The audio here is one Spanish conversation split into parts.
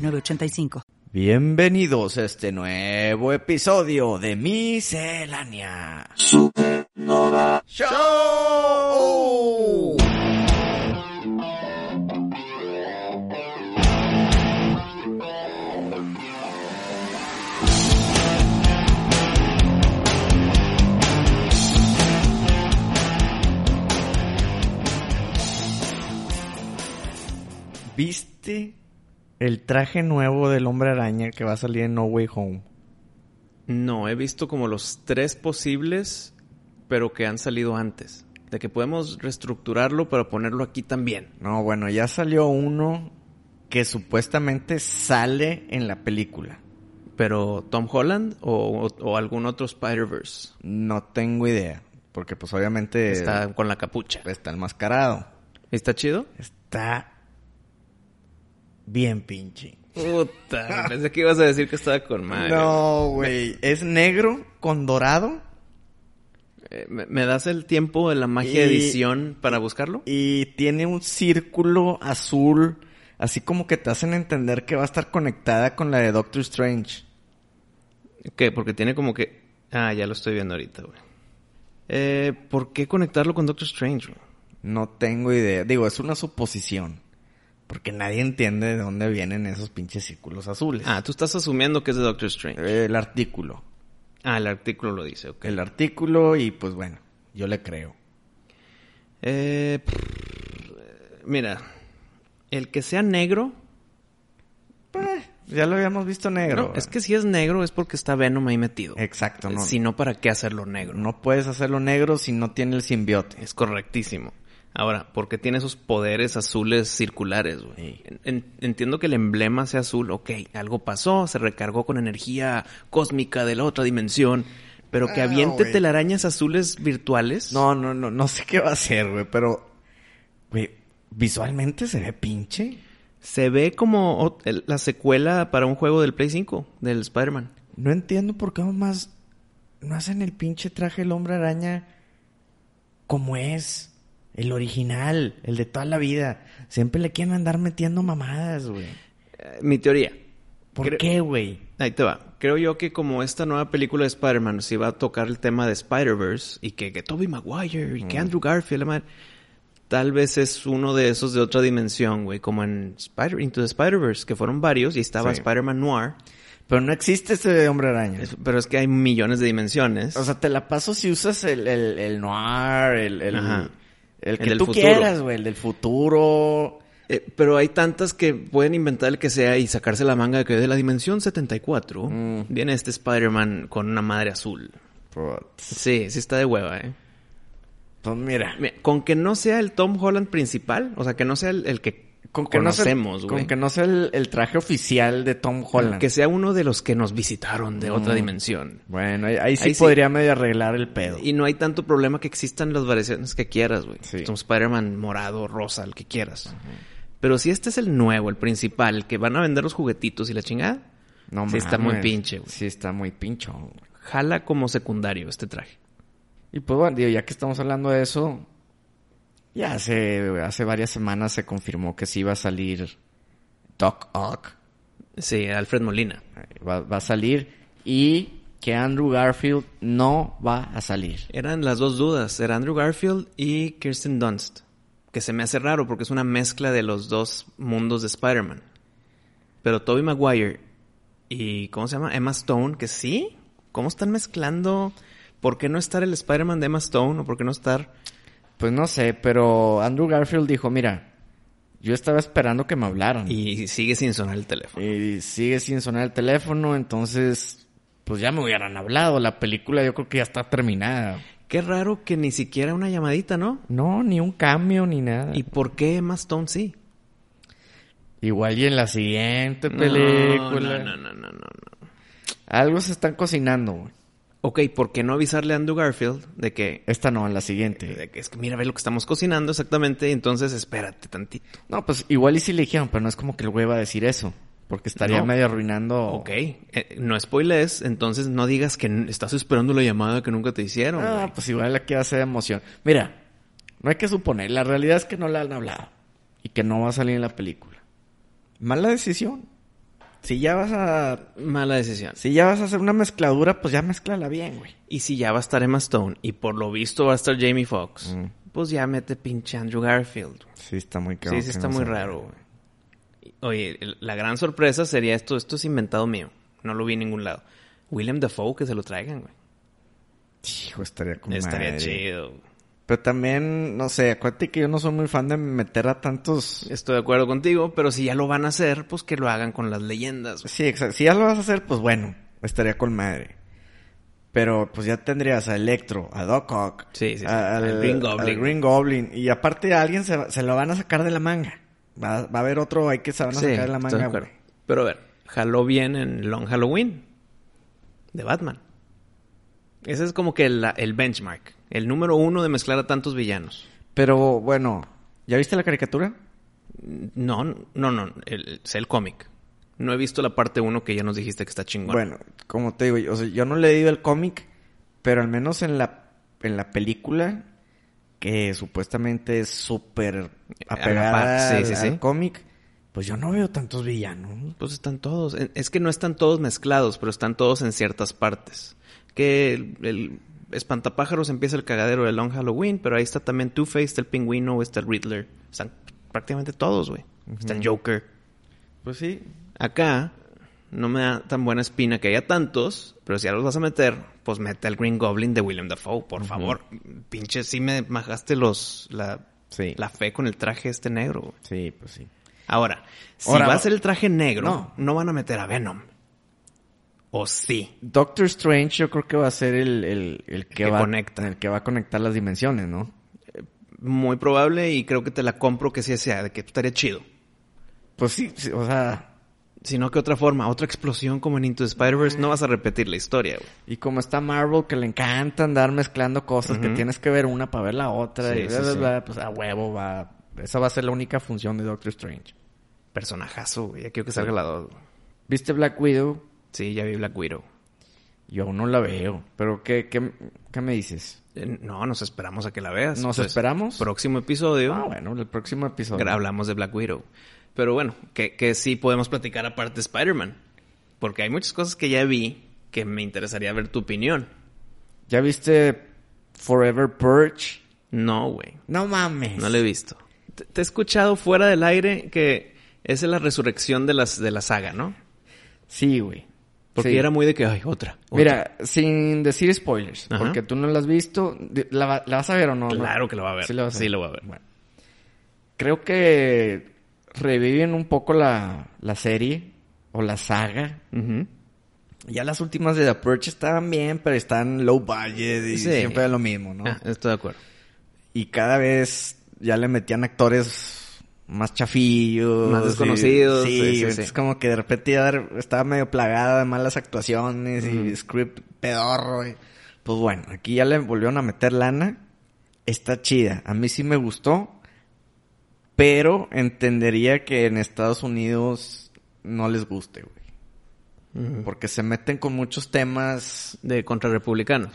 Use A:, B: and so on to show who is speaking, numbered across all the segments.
A: 985.
B: Bienvenidos a este nuevo episodio de Miscelánea
C: Supernova
B: Show. ¿Viste el traje nuevo del hombre araña que va a salir en No Way Home.
D: No, he visto como los tres posibles, pero que han salido antes. De que podemos reestructurarlo para ponerlo aquí también.
B: No, bueno, ya salió uno que supuestamente sale en la película.
D: Pero Tom Holland o, o- o algún otro Spider-Verse.
B: No tengo idea, porque pues obviamente
D: Está con la capucha.
B: está enmascarado.
D: ¿Está chido?
B: Está bien pinche.
D: Puta, pensé que ibas a decir que estaba con madre.
B: No, güey. Es negro con dorado
D: Eh, ¿Me, me das el tiempo de la magia de
B: Y-
D: edición para buscarlo?
B: y tiene un círculo azul, así como que te hacen entender que va a estar conectada con la de Doctor Strange.
D: ¿Qué? Porque tiene como que... Ah, ya lo estoy viendo ahorita, güey. Eh, ¿Por qué conectarlo con Doctor Strange, güey?
B: No tengo idea. Digo, es una suposición. Porque nadie entiende de dónde vienen esos pinches círculos azules.
D: Ah, tú estás asumiendo que es de Doctor Strange.
B: El artículo.
D: Ah, el artículo lo dice, ok.
B: El artículo y pues bueno, yo le creo.
D: Eh, prr, mira, el que sea negro...
B: Ya lo habíamos visto negro.
D: No, es que si es negro es porque está Venom ahí metido.
B: Exacto, no.
D: Si no, ¿para qué hacerlo negro?
B: No puedes hacerlo negro si no tiene el simbiote.
D: Es correctísimo. Ahora, ¿por qué tiene esos poderes azules circulares, güey?
B: Sí.
D: En- en- entiendo que el emblema sea azul, ok, algo pasó, se recargó con energía cósmica de la otra dimensión, pero que
B: Ah,
D: aviente
B: güey.
D: telarañas azules virtuales.
B: No, no, no, no sé qué va a ser, güey, pero... Güey, visualmente se ve pinche.
D: Se ve como ot- el- la secuela para un juego del Play 5, del Spider-Man.
B: No entiendo por qué más no hacen el pinche traje del hombre araña como es. El original, el de toda la vida. Siempre le quieren andar metiendo mamadas, güey.
D: Eh, mi teoría.
B: ¿Por
D: Creo-
B: qué, güey?
D: Ahí te va. Creo yo que como esta nueva película de Spider-Man si va a tocar el tema de Spider-Verse y que, que Tobey Maguire y que
B: Mm.
D: Andrew Garfield, la madre, tal vez es uno de esos de otra dimensión, güey, como en Spider Into the Spider-Verse, que fueron varios y estaba
B: Sí.
D: Spider-Man Noir,
B: Pero no existe ese hombre araña.
D: Es- pero es que hay millones de dimensiones.
B: O sea, te la paso si usas el, el, el noir, el, el,
D: Ajá.
B: el que
D: El del
B: tú
D: futuro.
B: quieras, güey. El del futuro.
D: Eh, pero hay tantas que pueden inventar el que sea y sacarse la manga de que de la dimensión 74
B: Mm.
D: viene este Spider-Man con una madre azul. Sí, sí está de hueva, eh.
B: Pues mira.
D: Mira, Con que no sea el Tom Holland principal, o sea, que no sea el, el que
B: Con que
D: conocemos,
B: no sea,
D: güey.
B: con que no sea el, el traje oficial de Tom Holland.
D: Que sea uno de los que nos visitaron de otra
B: Mm.
D: dimensión.
B: Bueno, ahí, ahí sí
D: Ahí sí.
B: podría medio arreglar el pedo.
D: Y no hay tanto problema que existan las variaciones que quieras, güey.
B: Sí.
D: Un Spider-Man morado, rosa, el que quieras. Pero si este es el nuevo, el principal, el que van a vender los juguetitos y la chingada,
B: No
D: Sí está muy pinche, güey.
B: Sí está muy pinchón. güey.
D: jala como secundario este traje.
B: Y pues bueno, digo, ya que estamos hablando de eso, ya hace, hace varias semanas se confirmó que sí va a salir Doc Ock.
D: Sí, Alfred Molina.
B: Va, va a salir y que Andrew Garfield no va a salir.
D: Eran las dos dudas, era Andrew Garfield y Kirsten Dunst, que se me hace raro porque es una mezcla de los dos mundos de Spider-Man. Pero Tobey Maguire y ¿cómo se llama? Emma Stone, que sí, ¿cómo están mezclando? ¿Por qué no estar el Spider-Man de Emma Stone o por qué no estar
B: Pues no sé, pero Andrew Garfield dijo, mira, yo estaba esperando que me hablaran.
D: y sigue sin sonar el teléfono?
B: Y sigue sin sonar el teléfono, entonces pues ya me hubieran hablado. La película yo creo que ya está terminada.
D: Qué raro que ni siquiera una llamadita, ¿no?
B: No, ni un cambio ni nada.
D: ¿Y por qué Emma Stone sí?
B: Igual y en la siguiente
D: No,
B: película.
D: No, no, no, no, no, no.
B: Algo se están cocinando, güey.
D: Ok, ¿por qué no avisarle a Andrew Garfield de que,
B: Esta no, en la siguiente.
D: de que es que mira, ve lo que estamos cocinando exactamente, entonces espérate tantito.
B: No, pues igual y sí le dijeron, pero no es como que el güey va a decir eso. Porque estaría
D: No.
B: medio arruinando.
D: Ok, eh, no spoilees, entonces no digas que n- estás esperando la llamada que nunca te hicieron.
B: Ah,
D: güey.
B: pues igual aquí va a ser emoción. Mira, no hay que suponer. La realidad es que no la han hablado. Y que no va a salir en la película. Mala decisión. Si ya vas a.
D: Mala decisión.
B: Si ya vas a hacer una mezcladura, pues ya mezclala bien, güey.
D: Y si ya va a estar Emma Stone y por lo visto va a estar Jamie Foxx,
B: Mm.
D: pues ya mete pinche Andrew Garfield.
B: Sí, está muy
D: sí, sí está muy raro, güey. Y- Oye, el- la gran sorpresa sería esto, esto es inventado mío. No lo vi en ningún lado. William Dafoe que se lo traigan, güey.
B: Hijo, estaría como.
D: Estaría chido. güey.
B: Pero también, no sé, acuérdate que yo no soy muy fan de meter a tantos.
D: Estoy de acuerdo contigo, pero si ya lo van a hacer, pues que lo hagan con las leyendas. güey.
B: Sí, exacto. Si ya lo vas a hacer, pues bueno, estaría con madre. Pero pues ya tendrías a Electro, a Doc Ock,
D: Sí, sí, sí.
B: a-
D: Al
B: al,
D: Green
B: Green Goblin.
D: Goblin.
B: Green Goblin. Y aparte a alguien se, se lo van a sacar de la manga. Va, va a haber otro ahí que se van a
D: Sí,
B: sacar de la
D: estoy de
B: manga,
D: acuerdo.
B: güey.
D: Pero a ver, jaló bien en Long Halloween de Batman. Ese es como que la- el benchmark, el número uno de mezclar a tantos villanos.
B: Pero bueno, ¿ya viste la caricatura?
D: No, no, no, el, es el cómic. No he visto la parte uno que ya nos dijiste que está chingón.
B: Bueno, como te digo, yo- o sea, yo no he leído el cómic, pero al menos en la, en la película, que supuestamente es súper
D: A la
B: apegada
D: par, sí,
B: al,
D: sí, sí.
B: al cómic, pues yo no veo tantos villanos.
D: Pues están todos. En- Es que no están todos mezclados, pero están todos en ciertas partes. Que el, el espantapájaros empieza el cagadero de Long Halloween, pero ahí está también Two-Face, está el pingüino, está el Riddler. Están prácticamente todos, güey. Está el Joker.
B: Pues sí.
D: Acá no me da tan buena espina que haya tantos, pero si ya los vas a meter, pues mete al Green Goblin de William Dafoe, por favor. Pinche, sí me bajaste los, la,
B: Sí.
D: la fe con el traje este negro, güey.
B: Sí, pues sí.
D: Ahora, si
B: Ahora-
D: va a ser el traje negro, no.
B: No.
D: van a meter a Venom. O sí.
B: Doctor Strange yo creo que va a ser el, el, el que,
D: que
B: va,
D: conecta.
B: el que va a conectar las dimensiones, ¿no?
D: Muy probable y creo que te la compro que sí sea, de que estaría chido.
B: Pues sí, sí, o sea,
D: Si no, que otra forma, otra explosión como en Into the Spider-Verse, no vas a repetir la historia, güey.
B: y como está Marvel que le encanta andar mezclando cosas que tienes que ver una para ver la otra,
D: Sí,
B: y
D: sí,
B: bla, bla,
D: sí.
B: bla, pues a huevo va, esa va a ser la única función de Doctor Strange.
D: Personajazo, güey. Ya quiero que salga la 2.
B: ¿Viste Black Widow?
D: Sí, ya vi Black Widow.
B: Yo aún no la veo. ¿Pero qué, qué, qué me dices?
D: Eh, No, nos esperamos a que la veas. Pues,
B: ¿Nos esperamos?
D: Próximo episodio
B: Ah, bueno, el próximo episodio.
D: gra- hablamos de Black Widow. Pero bueno, que, que sí podemos platicar aparte de Spider-Man. Porque hay muchas cosas que ya vi que me interesaría ver tu opinión.
B: ¿Ya viste Forever Purge?
D: No, güey.
B: No mames.
D: No lo he visto. Te, te he escuchado fuera del aire que esa es la resurrección de, las, de la saga, ¿no?
B: Sí, güey.
D: Porque
B: Sí.
D: era muy de que, ay, otra. otra".
B: Mira, sin decir spoilers,
D: Ajá.
B: porque tú no la has visto. di- ¿La, va- la vas a ver o no?
D: Claro
B: No.
D: que lo va a ver.
B: Sí, la vas a
D: Sí,
B: ver.
D: lo va a ver.
B: Bueno. Creo que reviven un poco la, la serie o la saga.
D: Ujú.
B: Ya las últimas de The Purge estaban bien, pero están low budget y
D: Sí.
B: siempre es lo mismo, ¿no?
D: Ah, estoy de acuerdo.
B: Y cada vez ya le metían actores más chafillos.
D: Más
B: y-
D: desconocidos,
B: Sí,
D: sí, sí,
B: entonces
D: sí.
B: como que de repente ya de- estaba medio plagada de malas actuaciones y script pedorro. y- Pues bueno, aquí ya le volvieron a meter lana. Está chida. A mí sí me gustó. Pero entendería que en Estados Unidos no les guste, güey.
D: Ujú.
B: Porque se meten con muchos temas
D: De contrarrepublicano.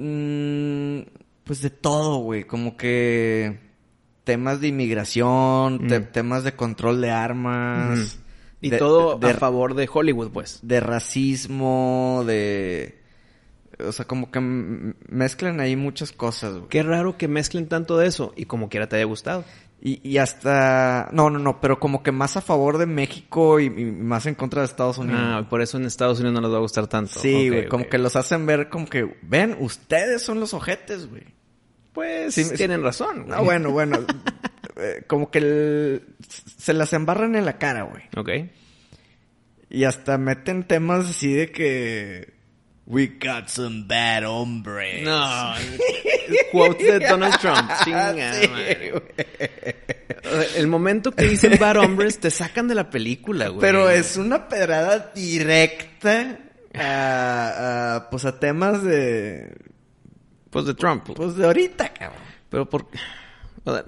B: Mm, pues de todo, güey. Como que temas de inmigración, te-
D: Mm.
B: temas de control de armas.
D: Ujú. Y
B: de-
D: todo
B: de,
D: a favor de Hollywood, pues.
B: de racismo, de... O sea, como que m- mezclan ahí muchas cosas, güey.
D: Qué raro que mezclen tanto de eso y como quiera te haya gustado.
B: Y, y hasta... No, no, no, pero como que más a favor de México y, y más en contra de Estados Unidos.
D: Ah, por eso en Estados Unidos no les va a gustar tanto.
B: sí,
D: Ok,
B: güey.
D: ok.
B: Como que los hacen ver como que... Ven, ustedes son los ojetes, güey.
D: Pues
B: Sí, me-
D: tienen razón. Ah, güey.
B: No, Ah, bueno, bueno. Eh, como que el- se las embarran en la cara, güey.
D: Ok.
B: Y hasta meten temas así de que... We got some bad hombres.
D: No. Quote de Donald Trump. Chinga,
B: Sí,
D: madre.
B: güey.
D: El momento que dicen bad hombres te sacan de la película, güey.
B: Pero es una pedrada directa a, a, pues a temas de
D: Pues de Trump.
B: pues de ahorita, cabrón.
D: Pero por... o sea,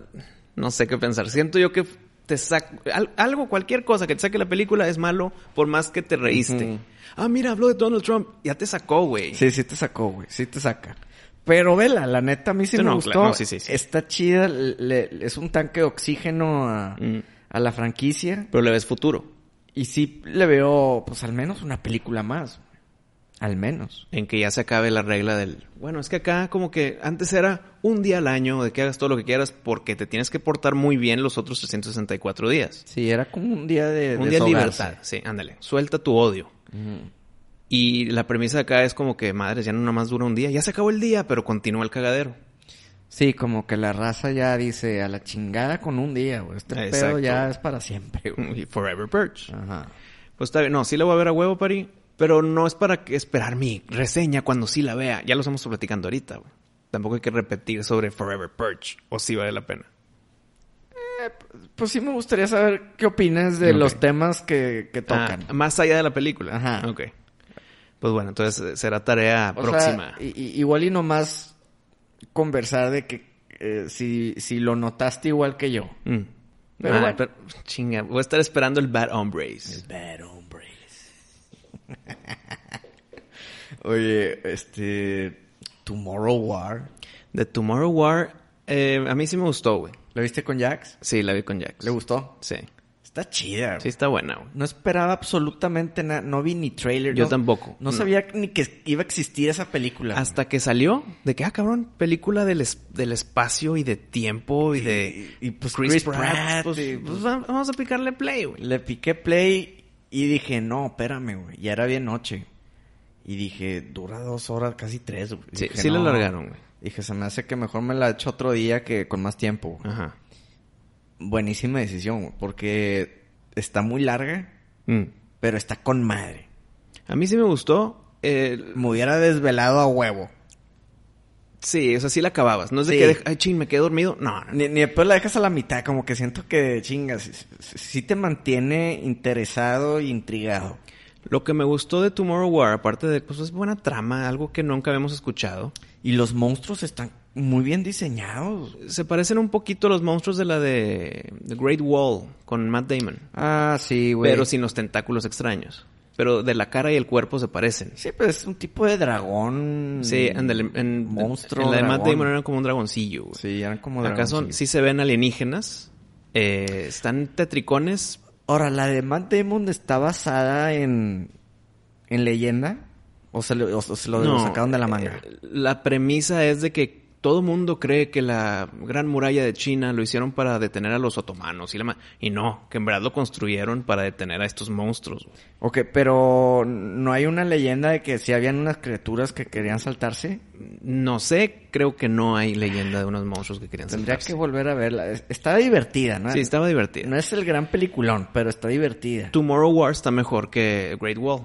D: No sé qué pensar. Siento yo que te saca... Algo, cualquier cosa que te saque la película es malo por más que te reíste.
B: Ujú.
D: Ah, mira, habló de Donald Trump. Ya te sacó, güey.
B: Sí, sí te sacó, güey, sí te saca. Pero vela, la neta a mí sí
D: Sí,
B: me
D: no,
B: gustó.
D: claro, no, sí, sí, sí.
B: Está chida, le- le- es un tanque de oxígeno a,
D: Mm.
B: a la franquicia
D: Pero le ves futuro.
B: y sí le veo pues al menos una película más. güey. Al menos.
D: En que ya se acabe la regla del... Bueno, es que acá como que antes era un día al año de que hagas todo lo que quieras porque te tienes que portar muy bien los otros 364 días.
B: Sí, era como un día de
D: Un día de
B: desahogarse.
D: libertad. Sí, ándale. Suelta tu odio.
B: Ujú.
D: Y la premisa de acá es como que, madres, ya no nomás dura un día. Ya se acabó el día, pero continúa el cagadero.
B: Sí, como que la raza ya dice a la chingada con un día, güey. Este pedo
D: Exacto.
B: ya es para siempre, güey.
D: Y Forever Purge.
B: Ajá.
D: Pues está bien. No, sí la voy a ver a huevo, Pari. Pero no es para que esperar mi reseña cuando sí la vea. Ya lo estamos platicando ahorita, güey. Tampoco hay que repetir sobre Forever Purge. O sí vale la pena.
B: Pues sí me gustaría saber qué opinas de
D: Ok.
B: los temas que, que
D: Ah,
B: tocan.
D: más allá de la película.
B: Ajá.
D: Ok. Pues bueno, entonces eh, será tarea
B: O sea,
D: próxima.
B: i- i- igual y nomás conversar de que eh, si, si lo notaste igual que yo.
D: Mm.
B: Pero
D: Ah,
B: bueno.
D: pero- chinga, voy a estar esperando el Bad Hombres.
B: Bad hombres. Oye, este... Tomorrow War.
D: The Tomorrow War, eh, a mí sí me gustó, güey.
B: ¿Lo viste con Jax?
D: Sí, la vi con Jax.
B: ¿Le gustó?
D: Sí.
B: Está chida.
D: Sí, está buena, güey.
B: No esperaba absolutamente nada. No vi ni trailer.
D: Yo
B: no-
D: tampoco.
B: No,
D: No.
B: sabía ni que iba a existir esa película.
D: Hasta que salió, de que, ah, cabrón, película del, es- del espacio y de tiempo y de.
B: y, pues, Chris Pratt,
D: pues,
B: y,
D: pues, va- vamos a picarle play, güey.
B: Le piqué play y dije, no, espérame, güey. Ya era bien noche. Y dije, dura dos horas, casi tres, güey.
D: Sí,
B: Dije,
D: sí le
B: "No".
D: largaron, güey.
B: Dije, se me hace que mejor me la echo otro día que con más tiempo. güey".
D: Ajá.
B: Buenísima decisión, güey, porque está muy larga,
D: Mm.
B: pero está con madre.
D: A mí sí me gustó. eh,
B: Me hubiera desvelado a huevo.
D: sí, o sea, sí la acababas. No es de
B: Sí.
D: que, de- ay, ching, me quedé dormido. No, no.
B: Ni, ni después la dejas a la mitad, como que siento que chingas. Sí, sí te mantiene interesado e intrigado.
D: Lo que me gustó de Tomorrow War, aparte de, pues es buena trama, algo que nunca habíamos escuchado.
B: Y los monstruos están muy bien diseñados.
D: Se parecen un poquito a los monstruos de la de The Great Wall con Matt Damon.
B: Ah, sí,
D: Pero sin los tentáculos extraños. Pero de la cara y el cuerpo se parecen.
B: Sí, pues es un tipo de dragón.
D: Sí, ándale, en,
B: monstruo.
D: en la de Matt
B: dragón.
D: Damon eran como un dragoncillo, güey.
B: Sí, eran como
D: Acá
B: dragoncillos.
D: son, sí se ven alienígenas. eh, están tetricones.
B: Ahora, la de Matt Damon está basada en. en leyenda. O se lo, o se lo- lo
D: No,
B: sacaron de la manga.
D: eh, la premisa es de que todo mundo cree que la gran muralla de China lo hicieron para detener a los otomanos y la ma- Y no, que en verdad lo construyeron para detener a estos monstruos. güey.
B: Ok, pero no hay una leyenda de que si habían unas criaturas que querían saltarse.
D: No sé, creo que no hay leyenda de unos monstruos que querían
B: Tendría que
D: saltarse.
B: volver a verla. Es- Está divertida, ¿no?
D: Sí, estaba divertida.
B: No es el gran peliculón, pero está divertida.
D: Tomorrow War está mejor que Great Wall.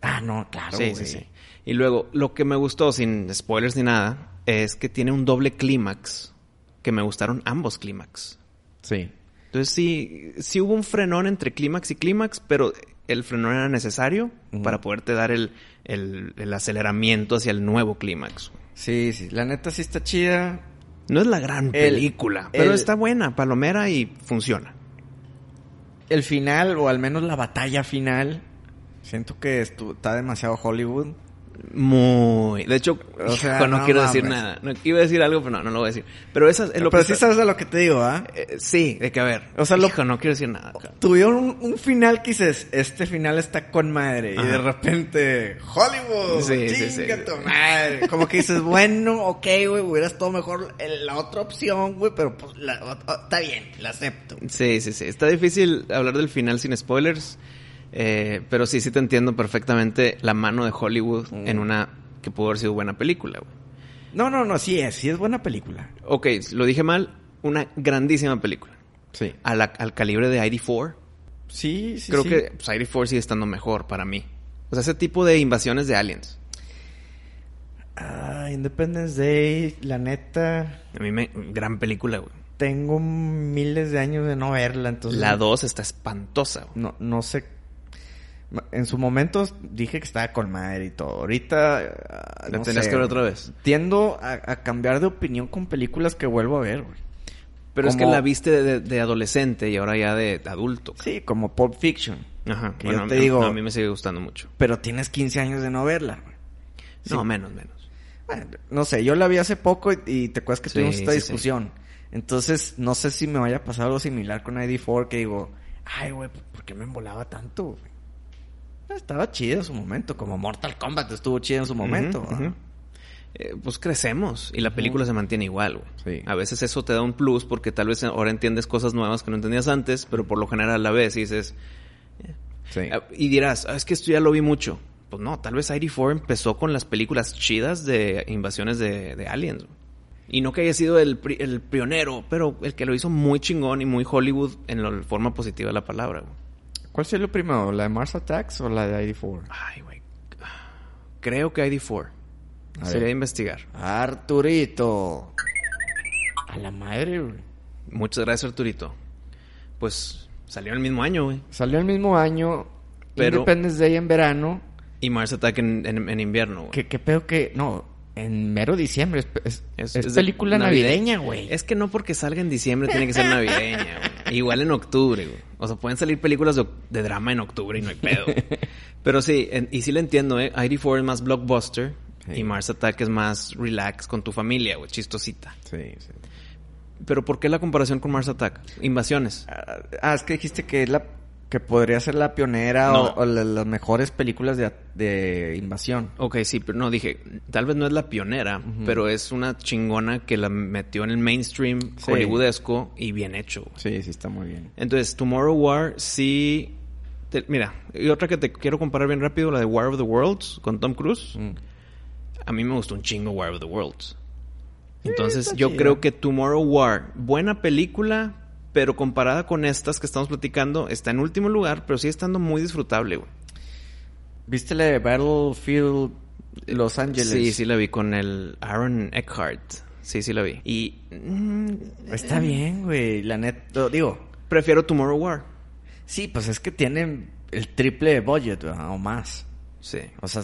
B: Ah, no, claro,
D: Sí,
B: güey.
D: sí, sí. Y luego, lo que me gustó, sin spoilers ni nada, es que tiene un doble clímax. Que me gustaron ambos clímax.
B: Sí.
D: Entonces sí, sí hubo un frenón entre clímax y clímax, pero el frenón era necesario
B: Ujú.
D: para poderte dar el, el- el aceleramiento hacia el nuevo clímax. güey.
B: Sí, sí. La neta sí está chida.
D: No es la gran película, pero
B: el-
D: está buena, palomera y funciona.
B: El final, o al menos la batalla final. Siento que estu- está demasiado Hollywood.
D: Muy. De hecho,
B: O sea,
D: hijo, no,
B: no
D: quiero decir
B: mames.
D: nada. No, iba a decir algo, pero no, no lo voy a decir. Pero esa es lo
B: pero
D: que.
B: sí
D: está-
B: sabes de lo que te digo, ¿ah?
D: eh, sí, de que a ver.
B: O sea, lo-
D: hijo, no quiero decir nada. cabrón.
B: Tuvieron un, un final que dices, este final está con madre. Y
D: Ajá.
B: de repente, Hollywood,
D: Sí, sí,
B: chinga
D: sí.
B: tu madre. Como que dices, bueno, ok, güey, hubiera estado mejor en la otra opción, güey, pero pues, la- o- o- está bien, la acepto.
D: Sí, sí, sí. Está difícil hablar del final sin spoilers. eh, pero sí, sí te entiendo perfectamente la mano de Hollywood en una que pudo haber sido buena película. güey.
B: No, no, no, sí es, sí es buena película.
D: Ok, lo dije mal. Una grandísima película.
B: Sí.
D: A la- al calibre de ID4.
B: Sí, sí,
D: Creo
B: sí.
D: que pues, ID4 sigue estando mejor para mí. O O sea, ese tipo de invasiones de aliens.
B: Ah, Independence Day, la neta,
D: A mí me... Gran película, güey.
B: tengo miles de años de no verla, entonces...
D: La 2 está espantosa, güey.
B: No, no sé. En su momento dije que estaba con madre y todo. Ahorita. ah,
D: La
B: no
D: tenías
B: sé,
D: que ver
B: güey.
D: otra vez.
B: Tiendo a, a cambiar de opinión con películas que vuelvo a ver, güey.
D: Pero es que
B: Como-
D: la viste de, de adolescente y ahora ya de adulto.
B: Sí, como Pulp Fiction.
D: Ajá.
B: Que
D: Bueno,
B: yo te
D: a mí-
B: digo-
D: no, a mí me sigue gustando mucho.
B: Pero tienes 15 años de no verla, güey. Sí.
D: No, menos, menos.
B: Bueno, no sé, yo la vi hace poco y, y te acuerdas que
D: Sí,
B: tuvimos esta
D: sí,
B: discusión. Entonces, no sé si me vaya a pasar algo similar con ID4 que digo, ay, güey, ¿por qué me embolaba tanto? güey?" Ah, Estaba chido en su momento, como Mortal Kombat estuvo chido en su momento.
D: Ujú,
B: ¿verdad?
D: ujú. Eh, pues crecemos y la película se mantiene igual, güey.
B: Sí.
D: A veces eso te da un plus porque tal vez ahora entiendes cosas nuevas que no entendías antes, pero por lo general la ves y dices... ah, Y dirás, "Ah, es que esto ya lo vi mucho. Pues no, tal vez ID4 empezó con las películas chidas de invasiones de, de aliens. güey. Y no que haya sido el, pri- el pionero, pero el que lo hizo muy chingón y muy Hollywood en la forma positiva de la palabra, güey.
B: ¿Cuál sería lo primero? ¿La de Mars Attacks o la de ID4?
D: Ay, güey. Creo que ID4.
B: A
D: Sería
B: ver.
D: investigar.
B: Arturito. A la madre, güey.
D: Muchas gracias, Arturito. Pues salió el mismo año, güey.
B: Salió el mismo año.
D: Pero-
B: Independence Day en verano.
D: Y Mars Attack en, en- en invierno, güey.
B: Que, que pedo que. No, en mero diciembre. Es, es- es
D: de-
B: película
D: navide-
B: navideña, güey.
D: Es que no porque salga en diciembre tiene que ser navideña, güey. Igual en octubre, güey. O sea, pueden salir películas de, de drama en octubre y no hay pedo. güey. Pero sí, en- y sí le entiendo, ¿eh? ID4 es más blockbuster
B: Sí.
D: y Mars Attack es más relax con tu familia, güey. Chistosita.
B: Sí, sí.
D: Pero ¿por qué la comparación con Mars Attack? Invasiones.
B: Ah, es que dijiste que es la. Que podría ser la pionera
D: No.
B: o, o la- las mejores películas de, de invasión.
D: Ok, sí, pero no, dije, tal vez no es la pionera, pero es una chingona que la metió en el mainstream
B: Sí.
D: hollywoodesco y bien hecho. güey.
B: Sí, sí, está muy bien.
D: Entonces, Tomorrow War sí... te- mira, y otra que te quiero comparar bien rápido, la de War of the Worlds con Tom Cruise. A mí me gustó un chingo War of the Worlds. Entonces,
B: está
D: yo
B: chida.
D: creo que Tomorrow War, buena película, pero comparada con estas que estamos platicando, está en último lugar, pero sigue estando muy disfrutable, güey.
B: ¿Viste la de Battlefield Los Ángeles?
D: Sí, sí la vi con el Aaron Eckhart. Sí, sí la vi. Y mm,
B: Está bien, güey. La neta, digo,
D: prefiero Tomorrow War.
B: sí, pues es que tienen el triple de budget ¿verdad? o más.
D: Sí.
B: O sea,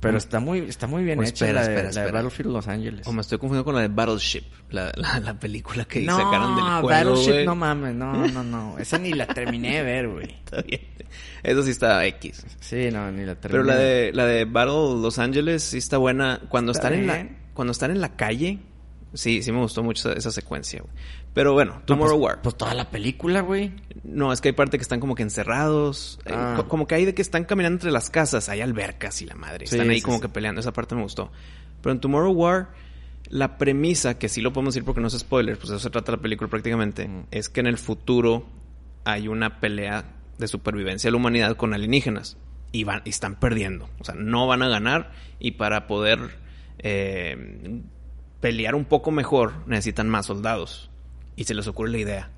B: pero está muy, está muy bien
D: Mm. O
B: hecha
D: espera,
B: la, de,
D: espera,
B: la de
D: espera.
B: Battlefield Los Ángeles.
D: O me estoy confundiendo con la de Battleship, la, la- la película que
B: no,
D: sacaron del juego.
B: Battleship,
D: güey.
B: no mames, no, no, no. Esa ni la terminé de ver, güey.
D: Está bien. Eso sí está X.
B: Sí, no, ni la terminé.
D: Pero la de la de Battle Los Ángeles sí está buena. Cuando
B: Está
D: están en
B: bien.
D: la cuando están en la calle, sí, sí me gustó mucho esa, esa secuencia. güey. Pero bueno, Tomorrow
B: pues,
D: War.
B: Pues toda la película, güey.
D: No, es que hay parte que están como que encerrados. eh,
B: Ah.
D: co- como que hay de que están caminando entre las casas. Hay albercas y la madre.
B: Sí,
D: están ahí
B: sí,
D: como
B: sí.
D: que peleando. Esa parte me gustó. Pero en Tomorrow War, la premisa, que sí lo podemos decir porque no es spoiler, pues de eso se trata la película prácticamente,
B: Mm.
D: es que en el futuro hay una pelea de supervivencia de la humanidad con alienígenas. Y, van, y están perdiendo. O sea, no van a ganar. Y para poder eh, pelear un poco mejor, necesitan más soldados. Y se les ocurre la idea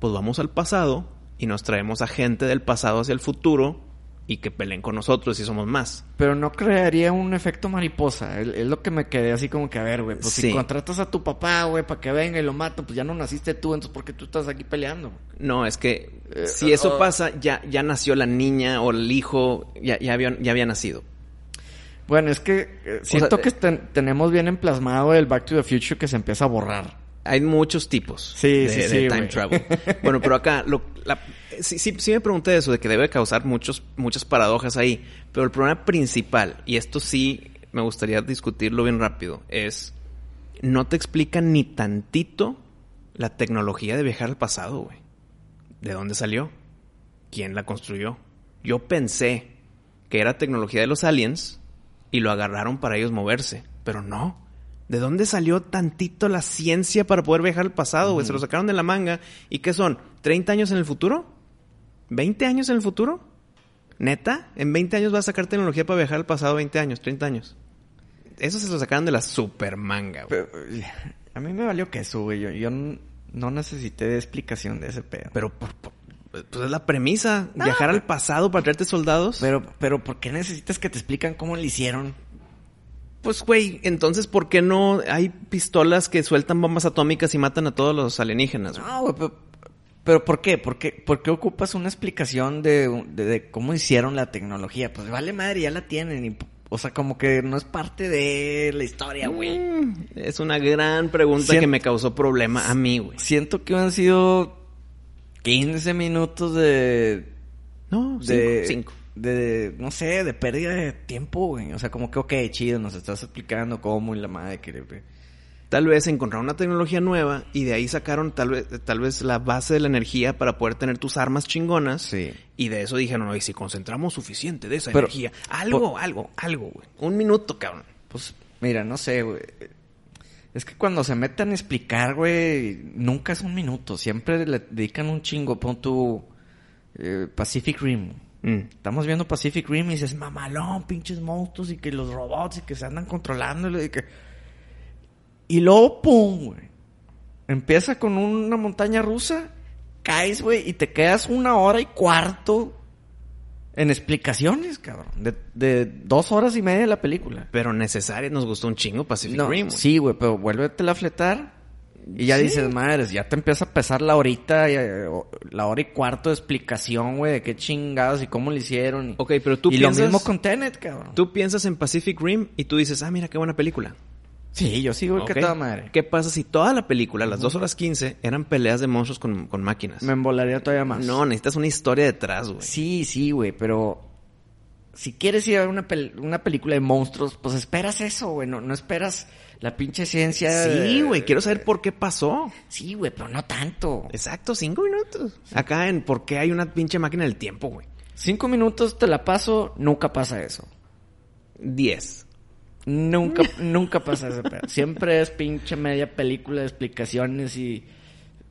D: pues vamos al pasado y nos traemos a gente del pasado hacia el futuro y que peleen con nosotros y somos más.
B: Pero no crearía un efecto mariposa. Es es lo que me quedé así como que, a ver, güey, pues si
D: Sí.
B: contratas a tu papá, güey, para que venga y lo mata, pues ya no naciste tú, entonces ¿por qué tú estás aquí peleando?
D: No, es que
B: Eh,
D: si eso
B: ah.
D: pasa, ya, ya nació la niña o el hijo, ya, ya, había, ya había nacido.
B: Bueno, es que eh, siento
D: sea,
B: que ten- tenemos bien emplasmado el Back to the Future que se empieza a borrar.
D: Hay muchos tipos
B: Sí,
D: de,
B: sí,
D: de
B: sí,
D: time
B: güey.
D: travel. Bueno, pero acá lo- la- sí, sí- sí me pregunté eso, de que debe causar muchos, muchas paradojas ahí. Pero el problema principal, y esto sí me gustaría discutirlo bien rápido, es no te explica ni tantito la tecnología de viajar al pasado, güey. ¿De dónde salió? ¿Quién la construyó? Yo pensé que era tecnología de los aliens y lo agarraron para ellos moverse, pero no. ¿De dónde salió tantito la ciencia para poder viajar al pasado, güey? Se lo sacaron de la manga. ¿Y qué son? ¿30 años en el futuro? ¿20 años en el futuro? ¿Neta? ¿En 20 años vas a sacar tecnología para viajar al pasado? ¿20 años? ¿30 años? Eso se lo sacaron de la super manga, güey.
B: Pero, eh, a mí me valió que eso, güey. Yo, yo n- no necesité de explicación de ese pedo.
D: Pero por- por- Pues es la premisa. Viajar al pasado para traerte soldados.
B: Pero, pero, ¿por qué necesitas que te explican cómo le hicieron?
D: Pues, güey, entonces, ¿por qué no hay pistolas que sueltan bombas atómicas y matan a todos los alienígenas? güey?
B: No, güey, pero, pero ¿por qué? ¿Por qué, por qué ocupas una explicación de, de- de cómo hicieron la tecnología? Pues vale madre, ya la tienen. y, o sea, como que no es parte de la historia, güey.
D: Mm, Es una gran pregunta
B: Sien-
D: que me causó problema a mí, güey.
B: Siento que han sido 15 minutos de...
D: No,
B: de,
D: cinco. cinco.
B: de- no sé, de pérdida de tiempo, güey. O sea, como que, ok, chido, nos estás explicando cómo y la madre que... le-
D: Tal vez encontraron una tecnología nueva y de ahí sacaron tal vez, tal vez la base de la energía para poder tener tus armas chingonas.
B: Sí.
D: Y de eso dijeron, oye, si concentramos suficiente de esa
B: Pero-
D: energía, algo, algo, algo, güey. Un minuto, cabrón.
B: Pues, mira, no sé, güey. Es que cuando se metan a explicar, güey, nunca es un minuto. Siempre le dedican un chingo. Pon tu eh, Pacific Rim. Estamos viendo Pacific Rim y dices, mamalón, pinches monstruos y que los robots y que se andan controlando y que... Y luego, pum, güey. Empieza con una montaña rusa, caes, güey, y te quedas una hora y cuarto en explicaciones, cabrón. De, de dos horas y media de la película.
D: Pero necesaria, nos gustó un chingo Pacific
B: No,
D: Rim. güey.
B: sí, güey, pero vuélvete a fletar. Y ya
D: Sí.
B: dices, madres, ya te empieza a pesar la horita, eh, o- la hora y cuarto de explicación, güey, de qué chingados y cómo lo hicieron. y-
D: Ok, pero tú
B: y
D: piensas-
B: lo mismo con Tenet, cabrón.
D: Tú piensas en Pacific Rim y tú dices, ah, mira, qué buena película.
B: Sí, yo sigo
D: Ok.
B: que toda madre.
D: ¿Qué pasa si toda la película, las 2 horas 15, eran peleas de monstruos con, con máquinas?
B: Me embolaría todavía más.
D: No, necesitas una historia detrás, güey.
B: Sí, sí, güey, pero si quieres ir a ver una, pel- una película de monstruos, pues esperas eso, güey. No, no esperas la pinche ciencia.
D: Sí,
B: de-
D: güey, quiero saber por qué pasó.
B: Sí, güey, pero no tanto.
D: Exacto, cinco minutos. Acá en por qué hay una pinche máquina del tiempo, güey.
B: Cinco minutos te la paso, nunca pasa eso.
D: Diez.
B: Nunca, nunca pasa ese pedo. Siempre es pinche media película de explicaciones y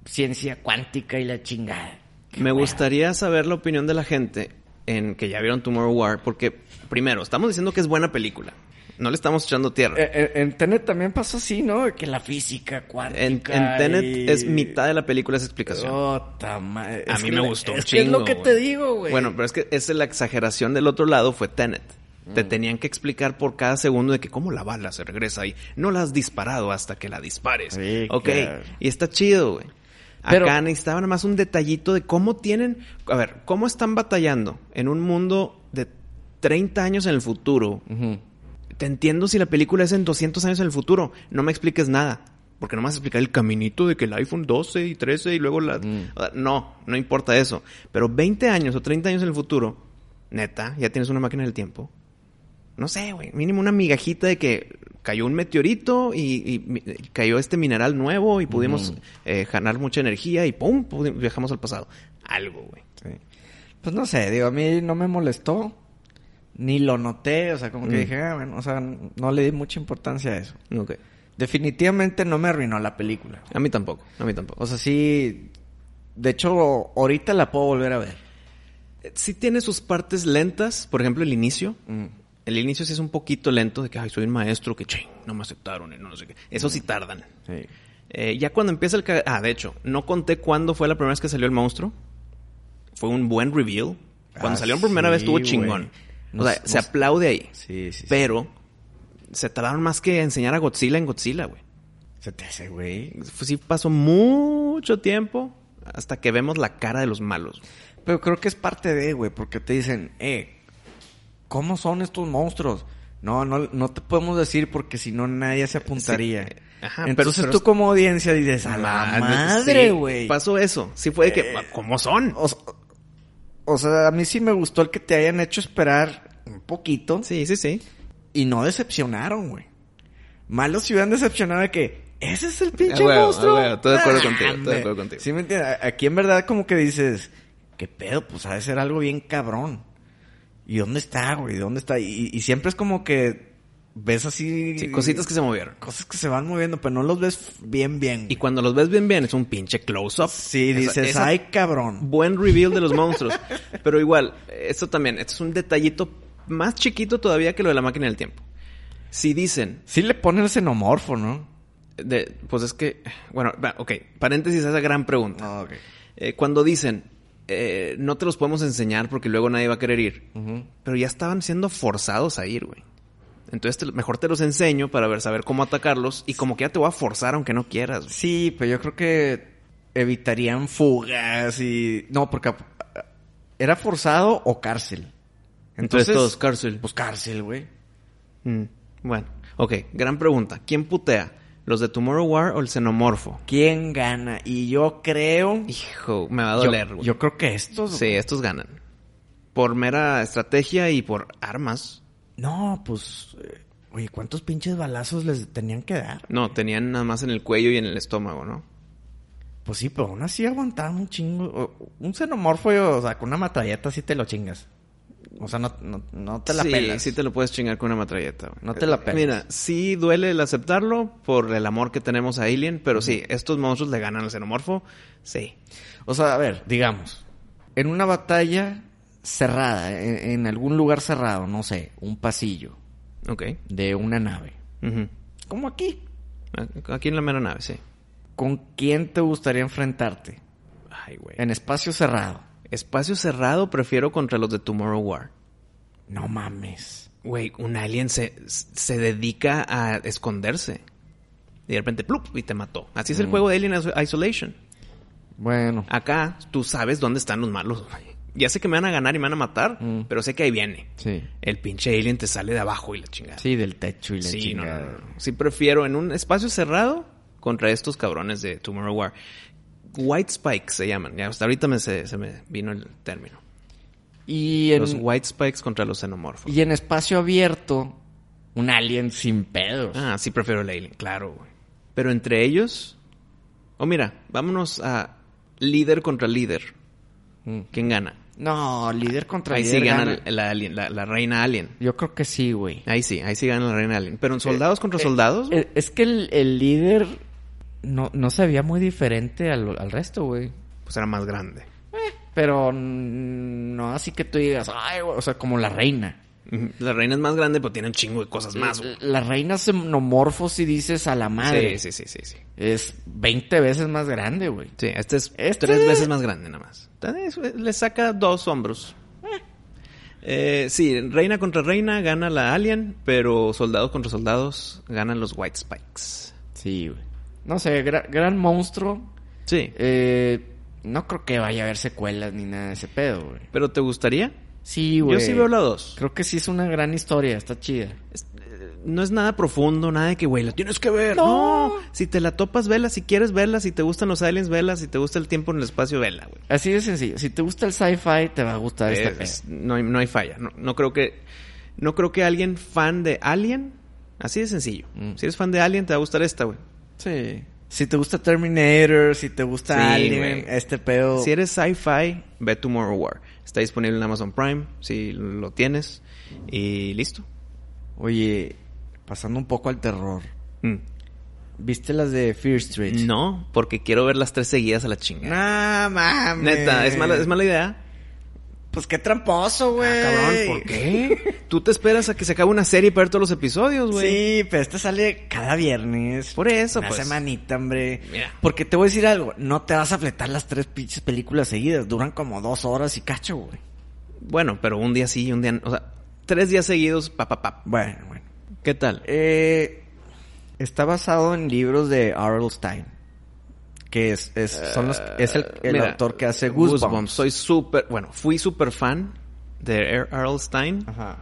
B: ciencia cuántica y la chingada.
D: Me gustaría saber la opinión de la gente en que ya vieron Tomorrow War, porque primero, estamos diciendo que es buena película. No le estamos echando tierra.
B: Eh, en Tenet también pasó así, ¿no? Que la física
D: en,
B: cuántica.
D: en Tenet
B: y-
D: es mitad de la película
B: Oh,
D: esa explicación.
B: Ota madre.
D: A
B: Es
D: mí
B: que
D: me
B: la-
D: gustó un
B: Es que es lo
D: chingo,
B: que
D: güey.
B: te digo, güey.
D: Bueno, pero es que esa es la exageración del otro lado fue Tenet.
B: Mm.
D: Te tenían que explicar por cada segundo de que cómo la bala se regresa y no la has disparado hasta que la dispares.
B: Sí,
D: ok,
B: claro.
D: y está chido, güey.
B: Pero-
D: Acá necesitaban más un detallito de cómo tienen, a ver, cómo están batallando en un mundo de 30 años en el futuro.
B: Ujú.
D: Te entiendo si la película es en 200 años en el futuro. No me expliques nada. Porque no me vas a explicar el caminito de que el iPhone 12 y 13 y luego la...
B: Mm.
D: O sea, No, no importa eso. Pero 20 años o 30 años en el futuro, neta, ya tienes una máquina del tiempo. No sé, güey. Mínimo una migajita de que cayó un meteorito y, y mi- y cayó este mineral nuevo y pudimos eh, ganar mucha energía y ¡pum! pudi- Viajamos al pasado. Algo, güey.
B: Sí. Pues no sé, digo, a mí no me molestó. Ni lo noté, o sea, como que
D: Mm.
B: dije, ah, bueno, o sea, no le di mucha importancia a eso.
D: Ok.
B: Definitivamente no me arruinó la película.
D: A mí tampoco. A mí tampoco.
B: O sea, sí. De hecho, ahorita la puedo volver a ver.
D: Sí tiene sus partes lentas, por ejemplo, el inicio. El inicio sí es un poquito lento, de que, ay, soy un maestro, que, ching, no me aceptaron, y no sé qué. Eso sí tardan.
B: Sí.
D: Eh, ya cuando empieza el... ca- Ah, de hecho, no conté cuándo fue la primera vez que salió el monstruo. Fue un buen reveal.
B: Ah,
D: Cuando salió por primera vez
B: sí,
D: estuvo
B: güey.
D: chingón.
B: Nos-
D: o sea, se
B: nos-
D: aplaude ahí.
B: Sí, sí.
D: Pero se tardaron más que enseñar a Godzilla en Godzilla, güey.
B: Se te hace, güey.
D: Fue- Sí pasó mucho tiempo hasta que vemos la cara de los malos.
B: Pero creo que es parte de, güey, porque te dicen, eh, ¿cómo son estos monstruos? No, no, no te podemos decir porque si no nadie se apuntaría.
D: Sí. Ajá, pero-
B: Entonces
D: pero-
B: tú como audiencia dices, a la madre,
D: Ah, Sí,
B: güey. Eh.
D: Pasó eso. Sí fue de que, ¿cómo son?
B: O, s- o sea, a mí sí me gustó el que te hayan hecho esperar un poquito.
D: Sí, sí, sí.
B: Y no decepcionaron, güey. Malos si hubieran decepcionado de que ese es el pinche
D: A huevo, a
B: monstruo.
D: huevo, estoy de acuerdo
B: Ah,
D: contigo, estoy de
B: hombre.
D: acuerdo contigo.
B: Sí, me entiendes. A- Aquí en verdad como que dices, qué pedo, pues ha de ser algo bien cabrón. ¿Y dónde está, güey? ¿Dónde está? Y, y siempre es como que ves así...
D: Sí, cositas que se movieron.
B: Cosas que se van moviendo, pero no los ves bien, bien.
D: Y
B: güey.
D: cuando los ves bien, bien, es un pinche close-up.
B: Sí,
D: Esa-
B: dices,
D: esa-
B: ay, cabrón.
D: Buen reveal de los monstruos. Pero igual, esto también, esto es un detallito más chiquito todavía que lo de la máquina del tiempo. Si dicen,
B: Sí le ponen el xenomorfo, ¿no?
D: de- pues es que, bueno, va, ok, paréntesis a esa gran pregunta.
B: Ah, ok.
D: Eh, cuando dicen, eh, no te los podemos enseñar porque luego nadie va a querer ir. Pero ya estaban siendo forzados a ir, güey. Entonces te- mejor te los enseño para ver, saber cómo atacarlos y como que ya te voy a forzar aunque no quieras, güey.
B: Sí, pero yo creo que evitarían fugas y... No, porque ah, era forzado o cárcel.
D: Entonces,
B: Entonces,
D: todos, cárcel.
B: Pues cárcel, güey.
D: Mm, bueno, ok, gran pregunta. ¿Quién putea? ¿Los de Tomorrow War o el xenomorfo?
B: ¿Quién gana? Y yo creo...
D: Hijo, me va a
B: Yo-
D: doler,
B: yo,
D: güey.
B: creo que estos...
D: Sí, estos ganan. Por mera estrategia y por armas.
B: No, pues... eh, Oye, ¿cuántos pinches balazos les tenían que dar?
D: No, tenían nada más en el cuello y en el estómago, ¿no?
B: Pues sí, pero aún así aguantaban un chingo. O- Un xenomorfo, o sea, con una matalleta sí te lo chingas. O sea, no, no, no te la
D: sí,
B: pelas.
D: sí te lo puedes chingar con una matralleta. güey.
B: No te la pelas.
D: Mira, sí duele el aceptarlo por el amor que tenemos a Alien, pero sí, estos monstruos le ganan al xenomorfo. Sí.
B: O sea, a ver, digamos, en una batalla cerrada, en, en algún lugar cerrado, no sé, un pasillo
D: Ok.
B: de una nave.
D: Ujú. Ah,
B: Como aquí.
D: Aquí en la mera nave, sí.
B: ¿Con quién te gustaría enfrentarte?
D: Ay, güey.
B: En espacio cerrado.
D: Espacio cerrado prefiero contra los de Tomorrow War.
B: No mames.
D: Güey, un alien se, se dedica a esconderse. Y de repente, plup, y te mató. Así es el juego de Alien Iso- Isolation.
B: Bueno.
D: Acá tú sabes dónde están los malos. güey. Ya sé que me van a ganar y me van a matar,
B: Mm.
D: pero sé que ahí viene.
B: Sí.
D: El pinche alien te sale de abajo y la chingada.
B: Sí, del techo y la
D: Sí, no, no,
B: chingada.
D: no, no. Sí prefiero en un espacio cerrado contra estos cabrones de Tomorrow War. White Spikes se llaman. Ya hasta ahorita me se, se me vino el término.
B: Y
D: Los
B: en,
D: White Spikes contra los xenomorfos.
B: y en espacio abierto, un alien sin pedos.
D: Ah, sí prefiero el alien, claro, güey. Pero entre ellos... Oh, mira, vámonos a líder contra líder.
B: Mm.
D: ¿Quién gana?
B: No, líder contra
D: Ahí sí
B: líder.
D: gana,
B: gana.
D: la, alien, la- la reina alien.
B: Yo creo que sí, güey.
D: Ahí sí, ahí sí gana la reina alien. Pero en soldados contra soldados... güey.
B: Eh, Es que el, el líder no, no se veía muy diferente al, al resto, güey.
D: pues era más grande.
B: Pero mm, no así que tú digas, ay, güey", o sea, como la reina.
D: Ujú. La reina es más grande, pero tiene un chingo de cosas Pues más. güey.
B: La, la reina xenomorfo, si dices a la madre,
D: Sí, sí, sí, sí, sí.
B: es 20 veces más grande, güey.
D: Sí, este es
B: Este-
D: tres veces más grande nada más. Entonces, Le saca dos hombros. Eh, sí, reina contra reina gana la alien, pero soldados contra soldados ganan los White Spikes.
B: Sí, güey. No sé, gra- gran monstruo.
D: Sí.
B: Eh, no creo que vaya a haber secuelas ni nada de ese pedo, güey.
D: ¿Pero te gustaría?
B: Sí, güey.
D: Yo sí veo la dos.
B: Creo que sí es una gran historia, está chida.
D: Es- eh, No es nada profundo, nada de que, güey, la tienes que ver. No.
B: No.
D: Si te la topas, vela. Si quieres, verla. Si te gustan los aliens, vela. Si te gusta el tiempo en el espacio, vela, güey.
B: Así de sencillo. Si te gusta el sci-fi, te va a gustar este esta
D: Es-
B: peli.
D: no, hay, no hay falla. No, no creo que no creo que alguien fan de Alien, así de sencillo.
B: Mm.
D: Si eres fan de Alien te va a gustar esta, güey.
B: Sí. Si te gusta Terminator, si te gusta
D: Sí,
B: Alien,
D: güey.
B: este pedo.
D: Si eres sci-fi, ve Tomorrow War. Está disponible en Amazon Prime si lo tienes y listo.
B: Oye, pasando un poco al terror.
D: Mm.
B: ¿Viste las de Fear Street?
D: No, porque quiero ver las tres seguidas a la chingada.
B: No mames.
D: Neta, es mala es mala idea. Ah,
B: Pues qué tramposo, güey.
D: cabrón, ¿por qué? Tú te esperas a que se acabe una serie para ver todos los episodios, güey.
B: Sí, pero esta sale cada viernes.
D: Por eso,
B: Una
D: pues.
B: semanita, hombre.
D: Mira.
B: Porque te voy a decir algo. No te vas a fletar las tres pinches películas seguidas. Duran como dos horas y cacho, güey.
D: Bueno, pero un día sí, un día, no. o sea, tres días seguidos, pa pa pa.
B: Bueno, bueno.
D: ¿Qué tal?
B: Eh, está basado en libros de R.L. Stein. Que es, es, son los, es el, el
D: Eh, Mira,
B: autor que hace Goosebumps.
D: Soy súper, bueno, fui súper fan de Er- Earl Stein,
B: Ajá.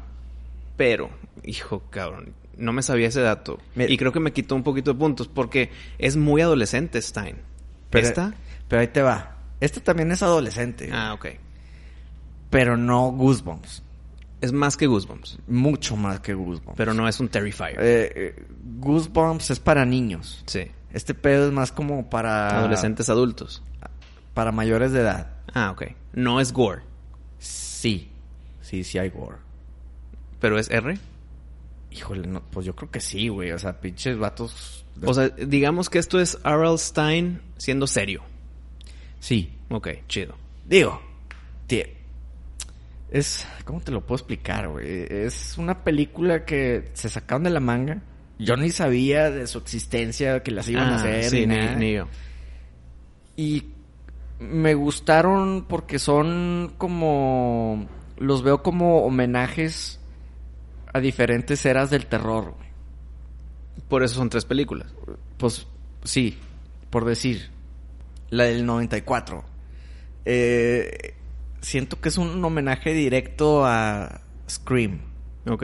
D: pero, hijo cabrón, no me sabía ese dato.
B: Mira.
D: Y creo que me quitó un poquito de puntos porque es muy adolescente Stein.
B: Pero, eh,
D: ¿Esta?
B: Pero ahí te va. Este también es adolescente.
D: Ah, ok.
B: Pero no Goosebumps.
D: Es más que Goosebumps,
B: Mucho más que Goosebumps.
D: pero no es un Terrifier.
B: Eh, eh, Goosebumps es para niños.
D: sí.
B: Este pedo es más como para...
D: Adolescentes adultos.
B: Para mayores de edad.
D: Ah, ok. No es Gore,
B: Sí. Sí, sí hay gore.
D: pero es R.
B: Híjole, no, pues yo creo que sí, güey. O sea, pinches vatos...
D: O sea, digamos que esto es Earl Stein siendo serio.
B: sí.
D: Ok, chido.
B: Digo, tie- es. ¿Cómo te lo puedo explicar, güey? Es una película que se sacaron de la manga. Yo ni sabía de su existencia, que las iban a
D: Ah,
B: hacer,
D: sí,
B: ni
D: ni,
B: nada.
D: ni yo.
B: Y me gustaron porque son como. Los veo como homenajes a diferentes eras del terror, güey.
D: Por eso son tres películas.
B: Pues sí, por decir. La del 94. Eh, siento que es un homenaje directo a Scream.
D: Ok.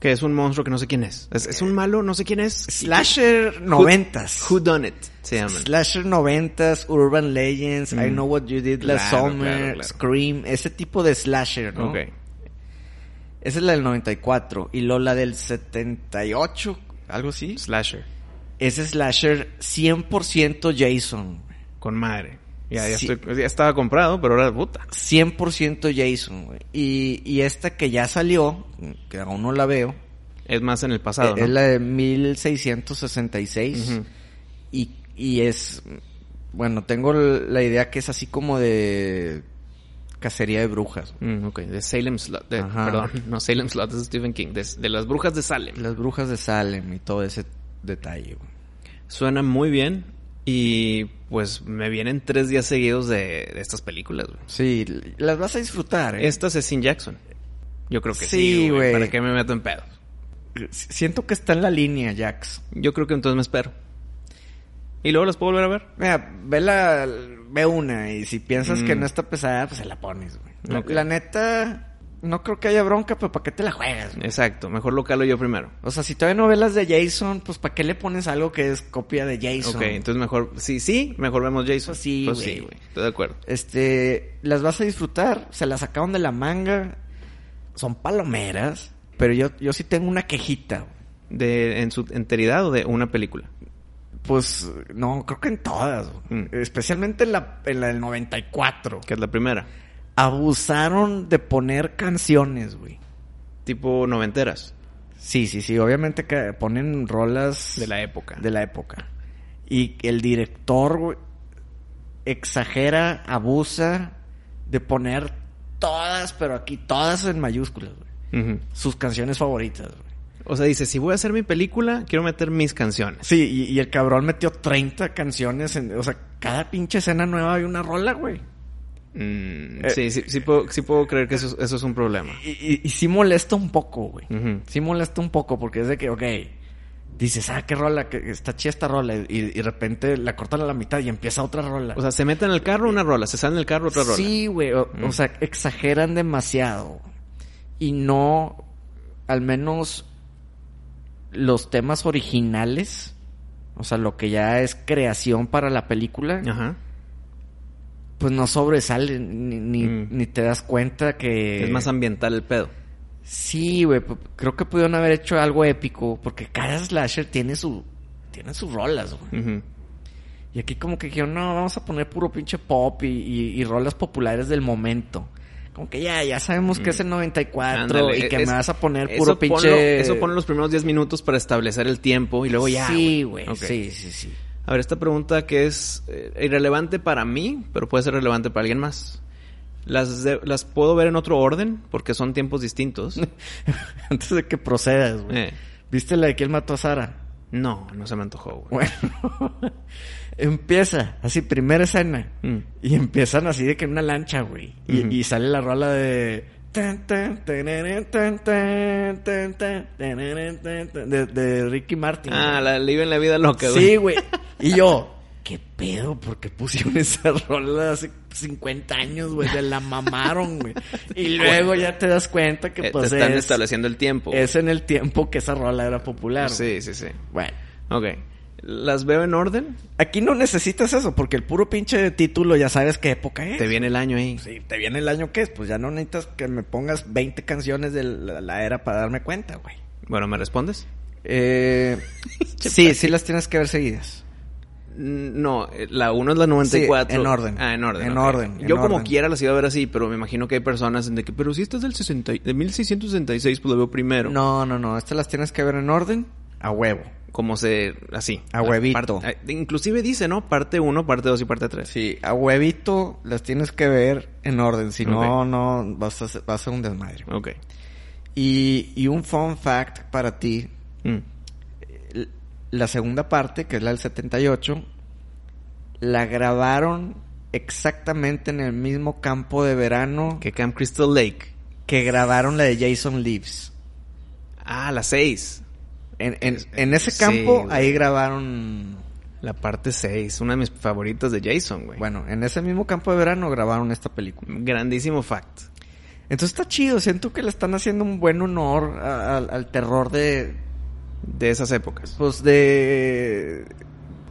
D: Que es un monstruo que no sé quién es. Es, es un malo, no sé quién es.
B: Slasher noventas.
D: Who, Done It se llaman.
B: Slasher noventas, Urban Legends, I
D: Mm.
B: Know What You Did Last
D: Claro,
B: Summer,
D: claro, claro.
B: Scream, ese tipo de slasher, ¿no?
D: Ok.
B: Esa es la del 94 y Lola del 78, algo así.
D: Slasher.
B: Ese slasher 100% Jason. güey.
D: Con madre. Ya, ya,
B: Sí.
D: estoy- ya estaba comprado, pero ahora puta.
B: 100% Jason, güey. Y, y esta que ya salió, que aún no la veo,
D: Es más en el pasado,
B: eh, es
D: ¿no?
B: la de 1666.
D: Ujú.
B: Y, y es. Bueno, tengo l- la idea que es así como de. Cacería de brujas.
D: Mm, ok, de Salem Slot. de-
B: Ajá.
D: Perdón, no Salem Slot, es Stephen King. De, de las brujas de Salem.
B: Las brujas de Salem y todo ese detalle. güey.
D: Suena muy bien. Y pues me vienen tres días seguidos de, de estas películas, güey.
B: Sí, l- las vas a disfrutar. ¿eh?
D: Estas es Sin Jackson. Yo creo que sí,
B: Sí,
D: güey.
B: güey.
D: ¿Para qué me meto en pedos?
B: S- Siento que está en la línea, Jax.
D: Yo creo que entonces me espero. ¿Y luego las puedo volver a ver?
B: Mira, ve, la, ve una y si piensas que
D: Mm.
B: no está pesada, pues se la pones, güey. La-
D: Ok.
B: La, neta, no creo que haya bronca, pero ¿para qué te la juegas? güey?
D: Exacto, mejor lo calo yo primero.
B: O sea, si todavía no ves las de Jason, pues ¿para qué le pones algo que es copia de Jason?
D: Ok, entonces mejor, sí, sí, mejor vemos Jason.
B: Pues sí, güey.
D: Estoy de acuerdo.
B: Este, las vas a disfrutar, se las sacaron de la manga, son palomeras, pero yo, yo sí tengo una quejita. güey.
D: De, ¿En su enteridad o de una película?
B: Pues no, creo que en todas, güey.
D: Mm.
B: especialmente en la, en la del 94.
D: Que es la primera.
B: Abusaron de poner canciones, güey.
D: Tipo noventeras.
B: Sí, sí, sí, obviamente que ponen rolas
D: De la época.
B: de la época. Y el director güey, exagera, abusa de poner todas, pero aquí todas en mayúsculas, güey.
D: Ujú.
B: sus canciones favoritas. güey.
D: O sea, dice, si voy a hacer mi película, quiero meter mis canciones.
B: Sí, y, y el cabrón metió 30 canciones en... O sea, cada pinche escena nueva hay una rola, güey.
D: Mm,
B: Eh,
D: sí, sí, sí puedo, sí puedo creer que eso, es- eso es un problema.
B: Y, y, y sí molesta un poco, güey.
D: Ujú.
B: Sí molesta un poco porque es de que, ok, dices, ah, qué rola, que está chida esta rola. Y, y de repente la cortan a la mitad y empieza otra rola.
D: O sea, se meten al carro una rola, se salen del carro otra rola.
B: Sí, güey. O, o
D: Mm.
B: sea, exageran demasiado. Y no, al menos los temas originales, o sea, lo que ya es creación para la película,
D: Ajá.
B: pues no sobresalen ni, ni,
D: Mm.
B: ni te das cuenta que...
D: Es más ambiental el pedo.
B: Sí, güey. pu- Creo que pudieron haber hecho algo épico porque cada slasher tiene su... Tiene sus rolas, güey.
D: Ujú.
B: Y aquí como que dijeron, no, vamos a poner puro pinche pop y, y- y rolas populares del momento. Como que ya, ya sabemos que es el 94
D: Mm. Ándale,
B: y que
D: es-
B: me vas a poner
D: eso
B: puro pinche...
D: ponlo- eso pone los primeros 10 minutos para establecer el tiempo y luego ya.
B: Sí, güey,
D: Ok.
B: sí, sí, sí.
D: A ver, esta pregunta que es eh, irrelevante para mí, pero puede ser relevante para alguien más. ¿Las, de- las puedo ver en otro orden? Porque son tiempos distintos.
B: Antes de que procedas, güey.
D: Eh,
B: ¿Viste la de quién mató a Sara?
D: no, no se me antojó, güey.
B: Bueno, empieza así, primera escena.
D: Mm.
B: Y empiezan así de que en una lancha, güey. Y,
D: Ujú.
B: y sale la rola de. tan, tan, tararán, tan, tan, tan, tan, tararán, tan, tan, De, de Ricky Martin.
D: Ah,
B: güey.
D: la live en la vida loca, güey. Eh,
B: Sí, güey. Y yo, ¿qué pedo? ¿Por qué pusieron esa rola hace 50 años, güey? Se la mamaron, güey. Y luego ya te das cuenta que,
D: Eh,
B: pues,
D: te están
B: es,
D: estableciendo el tiempo.
B: es en el tiempo que esa rola era popular. güey.
D: Sí, sí, sí.
B: Bueno.
D: Ok. ¿Las veo en orden?
B: Aquí no necesitas eso, porque el puro pinche de título ya sabes qué época es.
D: Te viene el año ahí.
B: Sí, te viene el año que es, pues ya no necesitas que me pongas 20 canciones de la, la era para darme cuenta, güey. Eh,
D: Bueno, ¿me respondes?
B: sí, sí las tienes que ver seguidas.
D: Mm, No, eh, la 1 es la 94.
B: Sí, en orden.
D: Ah, en orden.
B: En
D: ok.
B: orden, en
D: Yo como
B: orden.
D: quiera las iba a ver así, pero me imagino que hay personas en de que, pero si esta es del 60, y- de 1666, pues la veo primero.
B: No, no, no, estas las tienes que ver en orden a huevo.
D: Como se, así.
B: A huevito.
D: Parte- eh, inclusive dice, ¿no? Parte 1, parte 2 y parte 3.
B: Sí, a huevito las tienes que ver en orden, si no,
D: Ok.
B: no vas a, ser- vas a ser un desmadre.
D: Ok.
B: Y, y un fun fact para ti,
D: Mm.
B: l- la segunda parte, que es la del 78, la grabaron exactamente en el mismo campo de verano que,
D: Que Camp Crystal Lake.
B: que grabaron la de Jason Leaves.
D: Ah, las 6.
B: En, en- en ese campo,
D: Sí, güey.
B: ahí grabaron.
D: La parte 6. Una de mis favoritas de Jason, güey.
B: Bueno, en ese mismo campo de verano grabaron esta película.
D: Grandísimo fact.
B: Entonces está chido, siento que le están haciendo un buen honor a- al- al terror de,
D: De esas épocas.
B: Pues de.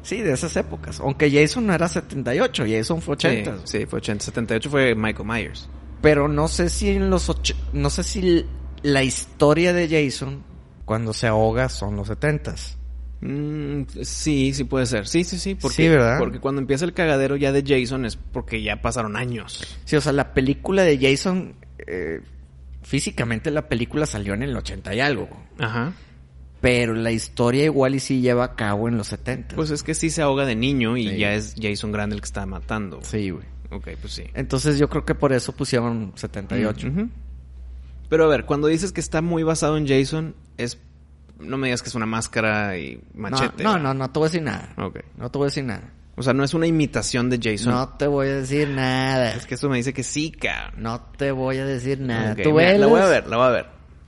B: Sí, de esas épocas. Aunque Jason no era 78, Jason fue 80.
D: Sí, sí, fue 80. 78 fue Michael Myers.
B: Pero no sé si en los och- No sé si la historia de Jason, cuando se ahoga, son los 70.
D: Mm, sí, sí puede ser. Sí, sí, sí. Porque,
B: Sí, ¿verdad?
D: Porque cuando empieza el cagadero ya de Jason es porque ya pasaron años.
B: Sí, o sea, la película de Jason. eh, físicamente la película salió en el 80 y algo.
D: Ajá.
B: Pero la historia igual y sí lleva a cabo en los 70.
D: Pues es que sí se ahoga de niño y
B: Sí.
D: ya es Jason Grande el que está matando.
B: sí, güey.
D: Ok, pues sí.
B: Entonces yo creo que por eso pusieron 78.
D: Ujú. Pero a ver, cuando dices que está muy basado en Jason, es. No me digas que es una máscara y machete.
B: no, no, no,
D: ¿verdad?
B: no te voy a decir nada.
D: Ok.
B: No te voy a decir nada.
D: O sea, no es una imitación de Jason.
B: No te voy a decir nada.
D: Es que eso me dice que sí, cabrón.
B: No te voy a decir nada.
D: Ok,
B: Tú
D: mira, la
B: velas.
D: voy a ver, la voy a ver.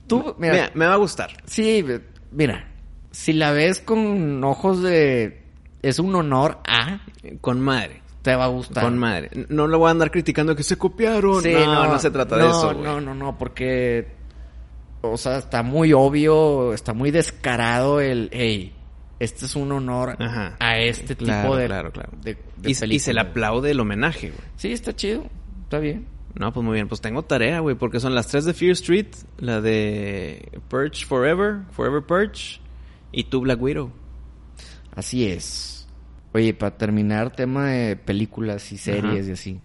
B: Tú, mira.
D: Mira, me va a gustar.
B: Sí, ve- mira. Si la ves con ojos de. Es un honor a.
D: Con madre.
B: Te va a gustar.
D: Con madre. No lo voy a andar criticando que se copiaron.
B: Sí,
D: no, no, se trata de
B: no,
D: eso. güey.
B: No, no, no, porque. O sea, está muy obvio, está muy descarado el. Hey, este es un honor
D: Ajá.
B: a este
D: Claro,
B: tipo de.
D: claro, claro.
B: de- de
D: Y, y se le
B: película.
D: aplaude el homenaje, güey.
B: Sí, está chido. Está bien.
D: No, pues muy bien. Pues tengo tarea, güey, porque son las tres de Fear Street, la de Purge Forever, Forever Purge, y tú Black Widow.
B: Así es. Oye, para terminar, tema de películas y series
D: Ajá.
B: y así.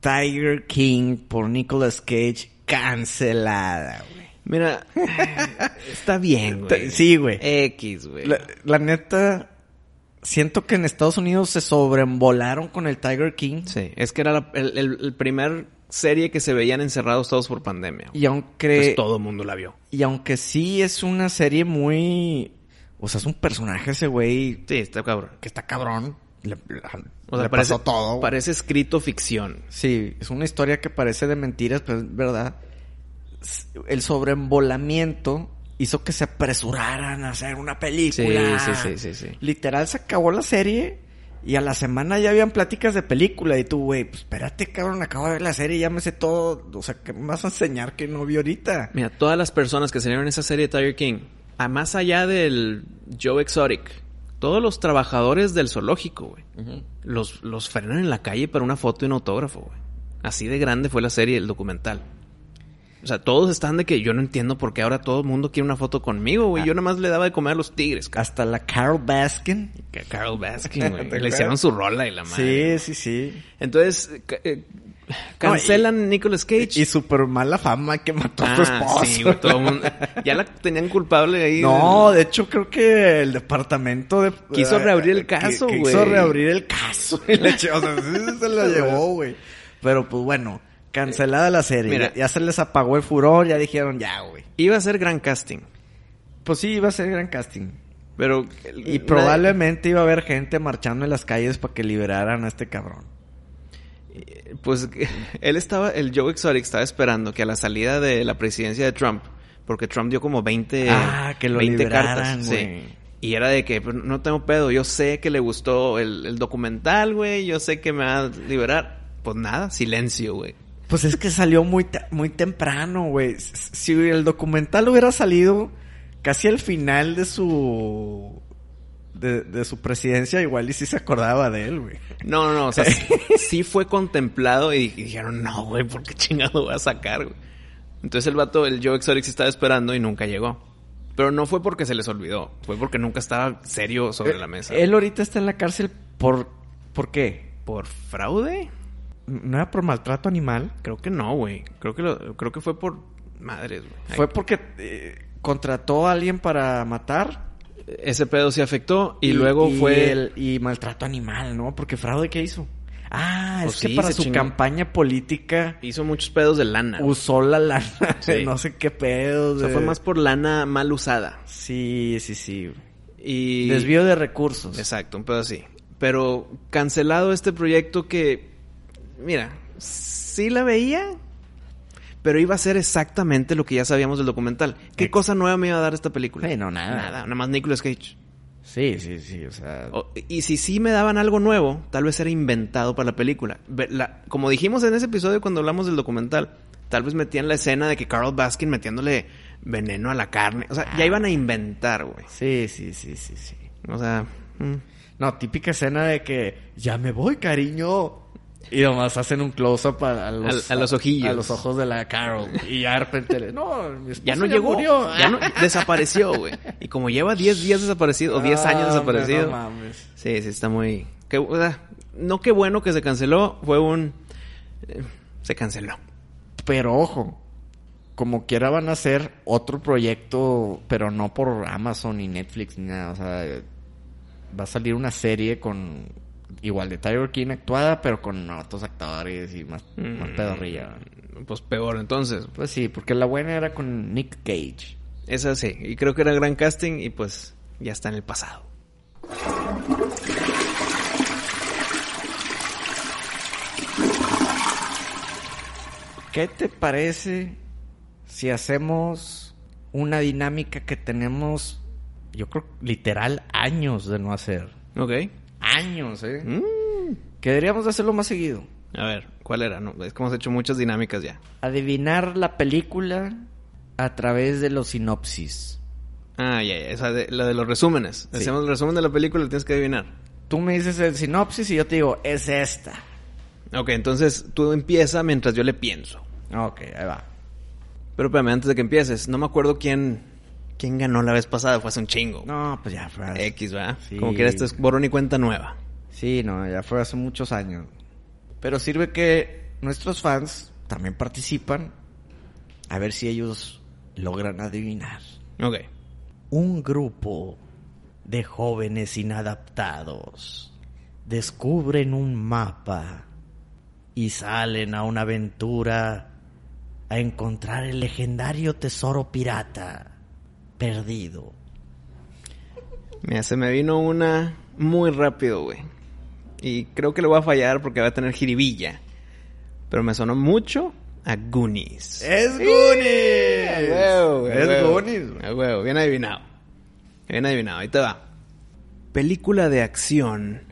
B: Tiger King por Nicolas Cage cancelada, güey.
D: Mira, está bien, güey.
B: Sí, güey.
D: X, güey.
B: La, la neta, siento que en Estados Unidos se sobreembolaron con el Tiger King.
D: Sí, es que era la- el, el- el primer serie que se veían encerrados todos por pandemia. güey.
B: Y este aunque,
D: Pues todo el mundo la vio.
B: y aunque sí es una serie muy... O sea, es un personaje ese güey
D: Sí, está cabrón.
B: que está cabrón. Le, le-
D: O sea,
B: le
D: parece,
B: pasó todo. güey.
D: Parece escrito ficción.
B: Sí, es una historia que parece de mentiras, pero es verdad. S- El sobreembolamiento hizo que se apresuraran a hacer una película.
D: Sí, sí, sí, sí, sí.
B: Literal se acabó la serie y a la semana ya habían pláticas de película. Y tú, güey, pues espérate, cabrón, acabo de ver la serie, ya me sé todo. O sea, ¿qué me vas a enseñar que no vi ahorita?
D: Mira, todas las personas que salieron en esa serie de Tiger King, a más allá del Joe Exotic, todos los trabajadores del zoológico, güey, los, los frenan en la calle para una foto y un autógrafo, güey. Así de grande fue la serie, el documental. O sea, todos están de que yo no entiendo por qué ahora todo el mundo quiere una foto conmigo,
B: Ah.
D: güey. Yo nada más le daba de comer a los tigres. ca-
B: Hasta la Carol Baskin.
D: que a Carl Baskin, güey.
B: ¿Te
D: Le
B: acuerdas?
D: hicieron su rola y la madre.
B: Sí, sí, sí.
D: Entonces, eh, ca- eh, cancelan a Nicolas Cage. Ah,
B: Y súper mala fama que mató a su esposo.
D: sí, güey, todo el mundo- Ya la tenían culpable ahí.
B: No, de hecho creo que el departamento de...
D: Quiso reabrir el
B: eh, qui-
D: caso,
B: Quiso
D: güey.
B: reabrir el caso. y la ch- o sea, sí se la llevó, güey. Pero pues bueno, cancelada la serie.
D: Mira.
B: ya, ya se les apagó el furor, ya dijeron ya, güey.
D: Iba a ser gran casting.
B: Pues sí, iba a ser gran casting.
D: Pero.
B: Y probablemente iba a haber gente marchando en las calles para que liberaran a este cabrón.
D: Pues él estaba. El Joe Exotic estaba esperando que a la salida de la presidencia de Trump. Porque Trump dio como 20.
B: Ah, que lo liberaran, güey.
D: Y era de que pues, no tengo pedo. Yo sé que le gustó el, el documental, güey. Yo sé que me va a liberar. Pues nada, silencio, güey.
B: Pues es que salió muy, te- muy temprano, güey. S- Si el documental hubiera salido casi al final de su... De, de su presidencia, igual y si se acordaba de él, güey.
D: No, no, no. O sea, sí, sí fue contemplado y dijeron, no, güey, ¿por qué chingado voy a sacar, güey? Entonces el vato, el Joe Exotic, sí estaba esperando y nunca llegó. Pero no fue porque se les olvidó. Fue porque nunca estaba serio sobre
B: Eh,
D: la mesa.
B: Él ahorita está en la cárcel por... ¿Por qué?
D: ¿Por fraude?
B: ¿No era por maltrato animal?
D: Creo que no, güey. Creo que lo- creo que fue por madres, güey. Ay,
B: ¿Fue porque eh, contrató a alguien para matar?
D: Ese pedo sí afectó y, luego fue
B: el- y maltrato animal, ¿no? Porque fraude, ¿qué hizo? Ah,
D: Pues
B: es que
D: sí,
B: para
D: se
B: su
D: chingó.
B: campaña política
D: hizo muchos pedos de lana. güey.
B: usó la lana de
D: Sí.
B: no sé qué pedo.
D: O sea,
B: de-
D: fue más por lana mal usada.
B: Sí, sí, sí.
D: Y
B: Desvío de recursos.
D: Exacto, un pedo así. Pero cancelado este proyecto que Mira, sí la veía, pero iba a ser exactamente lo que ya sabíamos del documental. ¿Qué
B: Eh.
D: cosa nueva me iba a dar esta película?
B: Sí, no, nada.
D: Nada, nada más Nicolas Cage.
B: Sí, sí, sí, o sea...
D: O- y si sí me daban algo nuevo, tal vez era inventado para la película. Ve- la- como dijimos en ese episodio cuando hablamos del documental, tal vez metían la escena de que Carl Baskin metiéndole veneno a la carne. O
B: Ah.
D: sea, ya iban a inventar, güey.
B: Sí, sí, sí, sí, sí.
D: O sea, mm.
B: No, típica escena de que ya me voy, cariño. Y nomás hacen un close-up a, a los,
D: Al- a los ojillos.
B: A los ojos de la Carol. Y ya de repente, le- no, mi esposo
D: ya no llegó.
B: murió".
D: Ya no- desapareció, güey. Y como lleva 10 días desaparecido, o 10 años
B: Ah, hombre,
D: desaparecido.
B: No mames.
D: Sí, sí, está muy... que, o sea, no qué bueno que se canceló, fue un... eh, se canceló.
B: Pero ojo, como quiera van a hacer otro proyecto, pero no por Amazon ni Netflix ni nada. O sea, eh, va a salir una serie con igual de Tiger King actuada, pero con otros actores y más, más pedorrilla.
D: Mm, Pues peor, entonces.
B: Pues sí, porque la buena era con Nick Cage.
D: Esa sí, y creo que era gran casting y pues ya está en el pasado.
B: ¿Qué te parece si hacemos una dinámica que tenemos, yo creo, literal años de no hacer?
D: Ok.
B: Años, ¿eh?
D: Mm.
B: Que deberíamos de hacerlo más seguido.
D: A ver, ¿cuál era? No, es que hemos hecho muchas dinámicas ya.
B: Adivinar la película a través de los sinopsis.
D: Ah, ya, ya, esa de- la de los resúmenes.
B: Sí.
D: Hacemos el resumen de la película, lo tienes que adivinar.
B: Tú me dices el sinopsis y yo te digo, es esta.
D: Ok, entonces tú empieza mientras yo le pienso.
B: Ok, ahí va.
D: Pero espérame, antes de que empieces, no me acuerdo quién, quién ganó la vez pasada, fue hace un chingo.
B: No, pues ya fue. hace-
D: X, ¿verdad?
B: Sí.
D: Como quiera, esto es borrón y cuenta nueva.
B: Sí, no, ya fue hace muchos años. Pero sirve que nuestros fans también participan a ver si ellos logran adivinar.
D: Ok.
B: Un grupo de jóvenes inadaptados descubren un mapa y salen a una aventura a encontrar el legendario tesoro pirata perdido.
D: Mira, se me vino una muy rápido, güey. Y creo que lo voy a fallar porque va a tener jiribilla. Pero me sonó mucho a Goonies.
B: ¡Es
D: A
B: Goonies!
D: huevo, güey, a
B: ¡Es
D: huevo.
B: Goonies!
D: A huevo, bien adivinado. Bien adivinado, ahí te va. Película de acción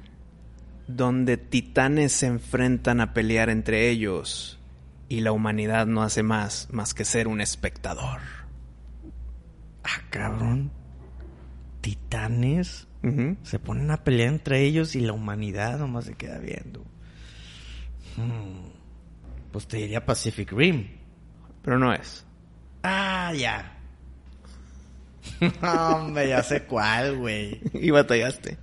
D: donde titanes se enfrentan a pelear entre ellos y la humanidad no hace más más que ser un espectador.
B: Ah, cabrón. Titanes se ponen a pelear entre ellos y la humanidad nomás se queda viendo. Hmm. Pues te diría Pacific Rim.
D: Pero no es.
B: Ah, ya. Hombre, ya sé cuál, güey.
D: y batallaste.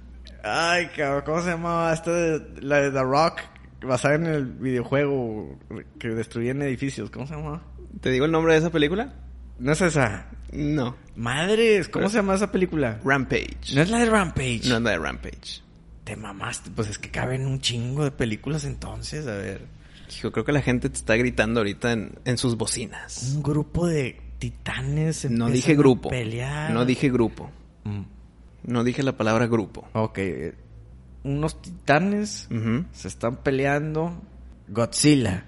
B: Ay, cabrón, ¿cómo se llamaba esta de, la de The Rock? Basada en el videojuego que destruían edificios. ¿Cómo se llamaba?
D: ¿Te digo el nombre de esa película?
B: No es esa.
D: No.
B: Madres, ¿cómo se llama esa película?
D: Rampage.
B: No es la de Rampage.
D: No es la de Rampage.
B: Te mamaste, pues es que caben un chingo de películas entonces, a ver.
D: Hijo, creo que la gente te está gritando ahorita en, en sus bocinas.
B: Un grupo de titanes.
D: No
B: empiezan
D: dije
B: a
D: grupo.
B: Pelear.
D: No dije grupo.
B: Mm,
D: No dije la palabra grupo.
B: Ok. eh, Unos titanes
D: Ujú.
B: se están peleando. Godzilla.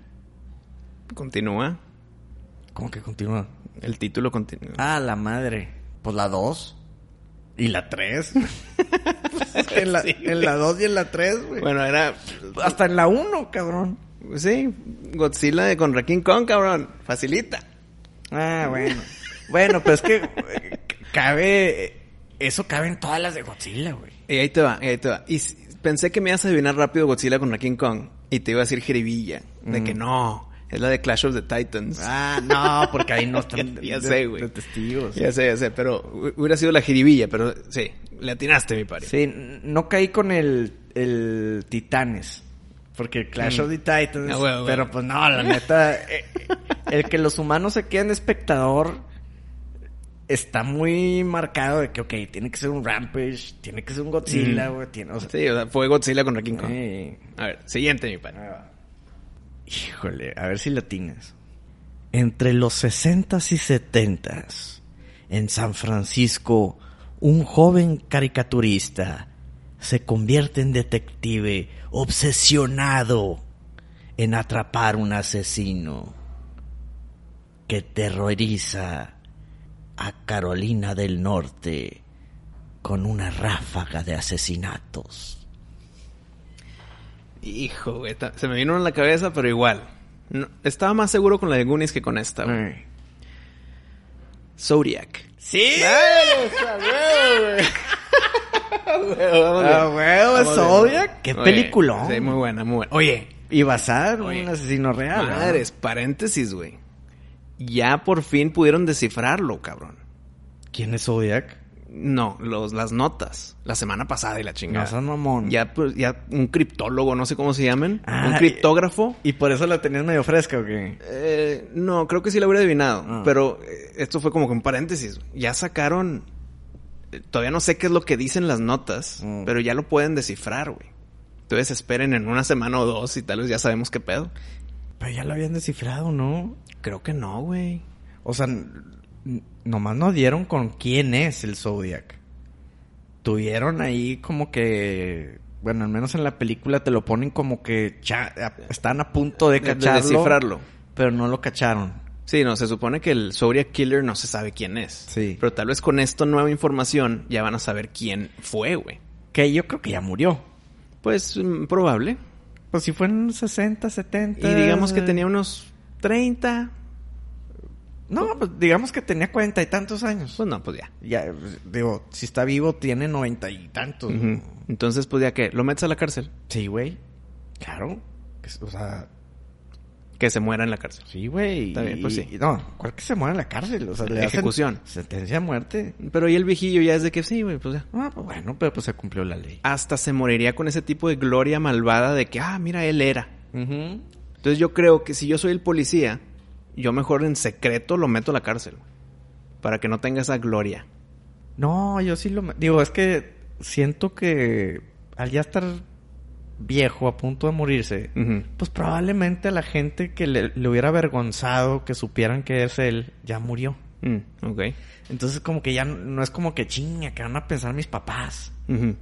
D: Continúa.
B: ¿Cómo que continúa?
D: El título continúa.
B: Ah, la madre. Pues la 2. ¿Y la 3? en la 2 y en la 3, güey.
D: Bueno, era.
B: Hasta en la 1, cabrón.
D: Sí, Godzilla de con Raking Kong, cabrón. Facilita.
B: Ah, bueno. bueno, pero es que eh, cabe. Eso cabe en todas las de Godzilla, güey.
D: Y ahí te va, y ahí te va. Y s- pensé que me ibas a adivinar rápido Godzilla con Raking Kong. Y te iba a decir jeribilla. De que no. Es la de Clash of the Titans.
B: Ah, no, porque ahí no están.
D: Ya- ya sé, güey.
B: de testigos.
D: Ya sé, ya sé, pero hu- hubiera sido la jiribilla, pero sí, le atinaste, mi pari.
B: Sí, n- no caí con el, el Titanes. Porque Clash of the Titans.
D: Ah, güey, güey.
B: Pero pues no, la neta. eh, el que los humanos se queden de espectador. Está muy marcado de que, ok, tiene que ser un Rampage, tiene que ser un Godzilla,
D: Mm.
B: güey. tiene- o sea,
D: Sí, o sea, fue Godzilla con Raking Kong.
B: eh,
D: A ver, siguiente, mi pari.
B: Híjole, a ver si latinas. Entre los 60 y 70 en San Francisco, un joven caricaturista se convierte en detective obsesionado en atrapar un asesino que terroriza a Carolina del Norte con una ráfaga de asesinatos.
D: Hijo, güey, ta- se me vino en la cabeza, pero igual. No- estaba más seguro con la de Goonies que con esta, güey. Zodiac.
B: ¡Sí!
D: Ah,
B: huevo, Zodiac! ¡Qué
D: Oye,
B: peliculón!
D: Sí, muy buena, muy buena. Oye,
B: Y basada en
D: Oye.
B: un asesino real. ¿verdad?
D: madres, paréntesis, güey. Ya por fin pudieron descifrarlo, cabrón.
B: ¿Quién es Zodiac?
D: No, los, las notas. La semana pasada y la chingada.
B: No seas mamón.
D: Ya, pues, ya un criptólogo, no sé cómo se llamen.
B: Ah,
D: un criptógrafo.
B: ¿Y por eso la tenías medio fresca o qué?
D: Eh, no, creo que sí lo hubiera adivinado.
B: Ah.
D: Pero eh, esto fue como que un paréntesis. Ya sacaron. eh, Todavía no sé qué es lo que dicen las notas,
B: Mm.
D: pero ya lo pueden descifrar, güey. Entonces esperen en una semana o dos y tal vez ya sabemos qué pedo.
B: Pero ya lo habían descifrado, ¿no?
D: Creo que no, güey.
B: O sea, n- n- nomás no dieron con quién es el Zodiac. Tuvieron ahí como que. Bueno, al menos en la película te lo ponen como que cha- a- están a punto de
D: De- de
B: cacharlo.
D: descifrarlo.
B: Pero no lo cacharon.
D: Sí, no, se supone que el Zodiac Killer no se sabe quién es.
B: Sí.
D: Pero tal vez con esta nueva información ya van a saber quién fue, güey.
B: Que yo creo que ya murió.
D: Pues mm, probable.
B: Pues si fue en los 60, 70.
D: Y digamos
B: Eh.
D: que tenía unos 30.
B: No, pues digamos que tenía cuarenta y tantos años.
D: Pues no, pues ya.
B: Ya, pues, digo, si está vivo tiene noventa y tantos.
D: Ujú. Entonces, pues ya que lo metes a la cárcel.
B: Sí, güey. Claro. Es- O sea,
D: Que se muera en la cárcel.
B: sí, güey.
D: Está bien,
B: Y-
D: pues sí.
B: y No, ¿cuál que se muere en la cárcel? O sea, le hacen
D: Ejecución.
B: Sentencia a muerte.
D: Pero ahí el viejillo ya es de que sí, güey, pues ya.
B: Ah, pues bueno, pero pues se cumplió la ley.
D: Hasta se moriría con ese tipo de gloria malvada de que, ah, mira, él era.
B: Ujú.
D: Entonces yo creo que si yo soy el policía, yo mejor en secreto lo meto a la cárcel. güey. Para que no tenga esa gloria.
B: No, yo sí lo... me- Digo, es que siento que al ya estar viejo, a punto de morirse, pues probablemente a la gente que le, le hubiera avergonzado que supieran que es él, ya murió.
D: Mm, ok.
B: Entonces como que ya no, no es como que chinga, que van a pensar mis papás.
D: Ujú.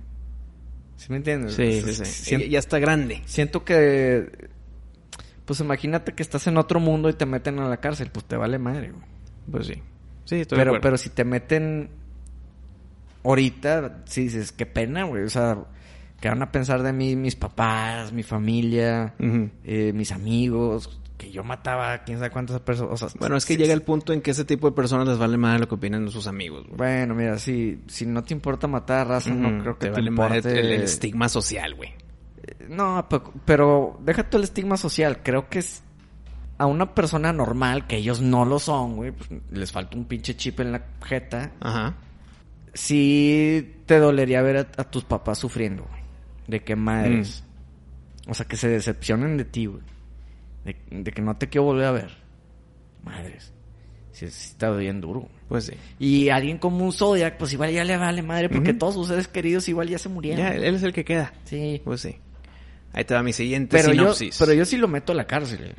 B: ¿Sí me entiendes?
D: Sí, sí,
B: Entonces,
D: sí.
B: sien-
D: Ya- Ya está grande.
B: Siento que. Pues imagínate que estás en otro mundo y te meten a la cárcel, pues te vale madre, güey.
D: Pues sí. Sí, estoy de
B: Pero,
D: acuerdo.
B: pero si te meten ahorita, sí dices, qué pena, güey. O sea, ¿qué van a pensar de mí mis papás, mi familia,
D: Ujú.
B: eh, mis amigos? Que yo mataba a quién sabe cuántas personas. O sea,
D: Bueno, es que
B: sí-
D: llega el punto en que ese tipo de personas les vale más lo que opinan sus amigos. güey.
B: Bueno, mira, si, si no te importa matar a raza,
D: Ujú.
B: no creo que te,
D: vale madre
B: importe... eh,
D: el, el estigma social, güey.
B: No, pe- pero deja todo el estigma social. Creo que es a una persona normal, que ellos no lo son, güey, pues, les falta un pinche chip en la jeta.
D: Ajá.
B: Sí te dolería ver a, a tus papás sufriendo, güey. De qué madres.
D: Mm.
B: O sea, que se decepcionen de ti, güey. De, de que no te quiero volver a ver. Madres. Sí, sí está bien duro. güey.
D: Pues sí.
B: Y alguien como un Zodiac, pues igual ya le vale madre, porque todos sus seres queridos igual ya se murieron.
D: Ya, eh. él es el que queda.
B: Sí.
D: Pues sí. Ahí te va mi siguiente
B: Pero yo,
D: sinopsis.
B: pero yo sí lo meto a la cárcel. güey.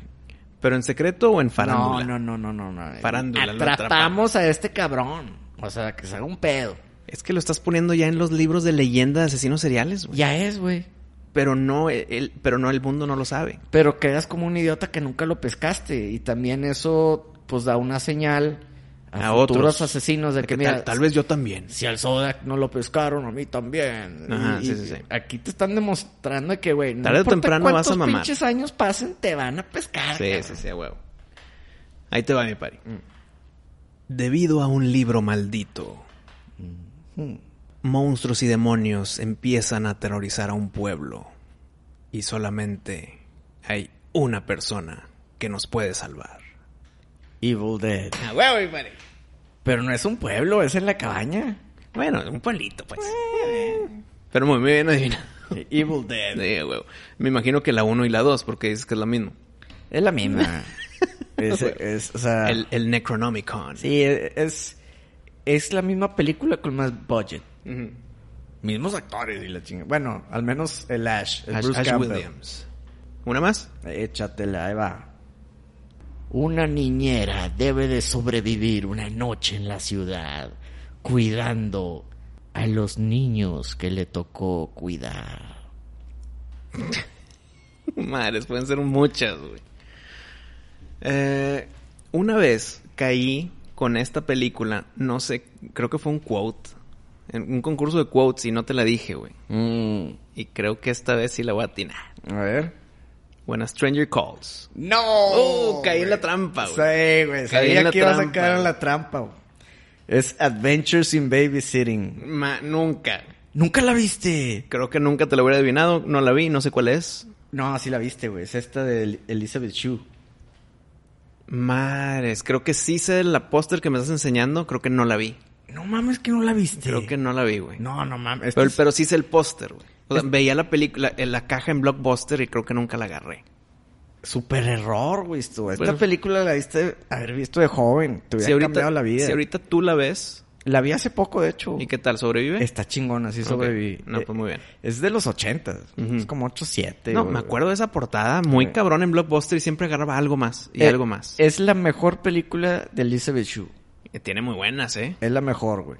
D: ¿Pero en secreto o en farándula?
B: No, no, no, no, no. no.
D: Farándula, lo
B: Atrapamos a este cabrón. O sea, que se haga un pedo.
D: Es que lo estás poniendo ya en los libros de leyenda de asesinos seriales, güey.
B: Ya es, güey.
D: Pero no, el, el- pero no el mundo no lo sabe.
B: Pero quedas como un idiota que nunca lo pescaste. Y también eso, pues, da una señal a,
D: A
B: futuros
D: otros.
B: asesinos de que,
D: Porque
B: mira,
D: tal, tal vez yo también.
B: si al Zodak no lo pescaron, a mí también.
D: Ajá,
B: Y-
D: sí,
B: y
D: sí, sí.
B: Aquí te están demostrando que, güey, no
D: Tarde o
B: importa
D: temprano vas a
B: cuántos
D: mamar.
B: pinches años pasen, te van a pescar.
D: Sí,
B: cabrón.
D: sí, sí, a huevo. Ahí te va mi pari.
B: Mm.
D: Debido a un libro maldito,
B: Mm-hmm.
D: monstruos y demonios empiezan a aterrorizar a un pueblo. Y solamente hay una persona que nos puede salvar.
B: Evil Dead.
D: A huevo, mi pari.
B: Pero no es un pueblo, es en la cabaña.
D: Bueno, un pueblito, pues.
B: Eh.
D: Pero muy bien adivinado.
B: E-, Evil Dead.
D: Sí, a huevo. Me imagino que la 1 y la 2, porque dices que es la misma.
B: Es la misma. es, es- o sea,
D: El, el Necronomicon.
B: Ah. sí, es, es la misma película con más budget.
D: Ujú.
B: Mismos actores y la chinga. Bueno, al menos el Ash, el
D: Ash-
B: Bruce
D: Ash
B: Campbell.
D: Williams. ¿Una más?
B: Échatela, ahí va. Una niñera debe de sobrevivir una noche en la ciudad cuidando a los niños que le tocó cuidar.
D: Madres, pueden ser muchas, güey. Eh, una vez caí con esta película, no sé, creo que fue un quote. En un concurso de quotes y no te la dije, güey.
B: Mm,
D: Y creo que esta vez sí la voy a atinar.
B: a ver.
D: When a Stranger Calls.
B: ¡No!
D: Oh, caí en la
B: güey.
D: trampa, güey.
B: Sí, güey.
D: Caí
B: Sabía
D: en la
B: que ibas a
D: trampa.
B: caer en la trampa, güey. Es Adventures in Babysitting.
D: Ma- nunca.
B: ¿Nunca la viste?
D: Creo que nunca te la hubiera adivinado. No la vi, no sé cuál es.
B: No, sí la viste, güey. Es esta de El- Elizabeth Shue.
D: Madres, creo que sí sé la póster que me estás enseñando. Creo que no la vi.
B: No mames que no la viste.
D: Creo que no la vi, güey.
B: No, no mames. Esto
D: Pero,
B: es-
D: pero sí sé el póster, güey. O sea, veía la película, en la caja en Blockbuster y creo que nunca la agarré.
B: Super error, güey. esto. Esta
D: Bueno.
B: película la viste haber visto de joven. Te hubiera cambiado la vida.
D: si ahorita tú la ves,
B: La vi hace poco, de hecho.
D: ¿y qué tal? ¿Sobrevive?
B: Está chingona, Este, sí
D: Ok.
B: sobreviví.
D: No,
B: Eh,
D: pues muy bien.
B: Es de los ochentas.
D: Ujú.
B: Es como 8-7.
D: no,
B: güey.
D: me acuerdo de esa portada, muy
B: Sí.
D: cabrón en Blockbuster y siempre agarraba algo más y
B: Eh,
D: algo más.
B: Es la mejor película de Elizabeth Shue.
D: Eh, Tiene muy buenas, ¿eh?
B: Es la mejor, güey.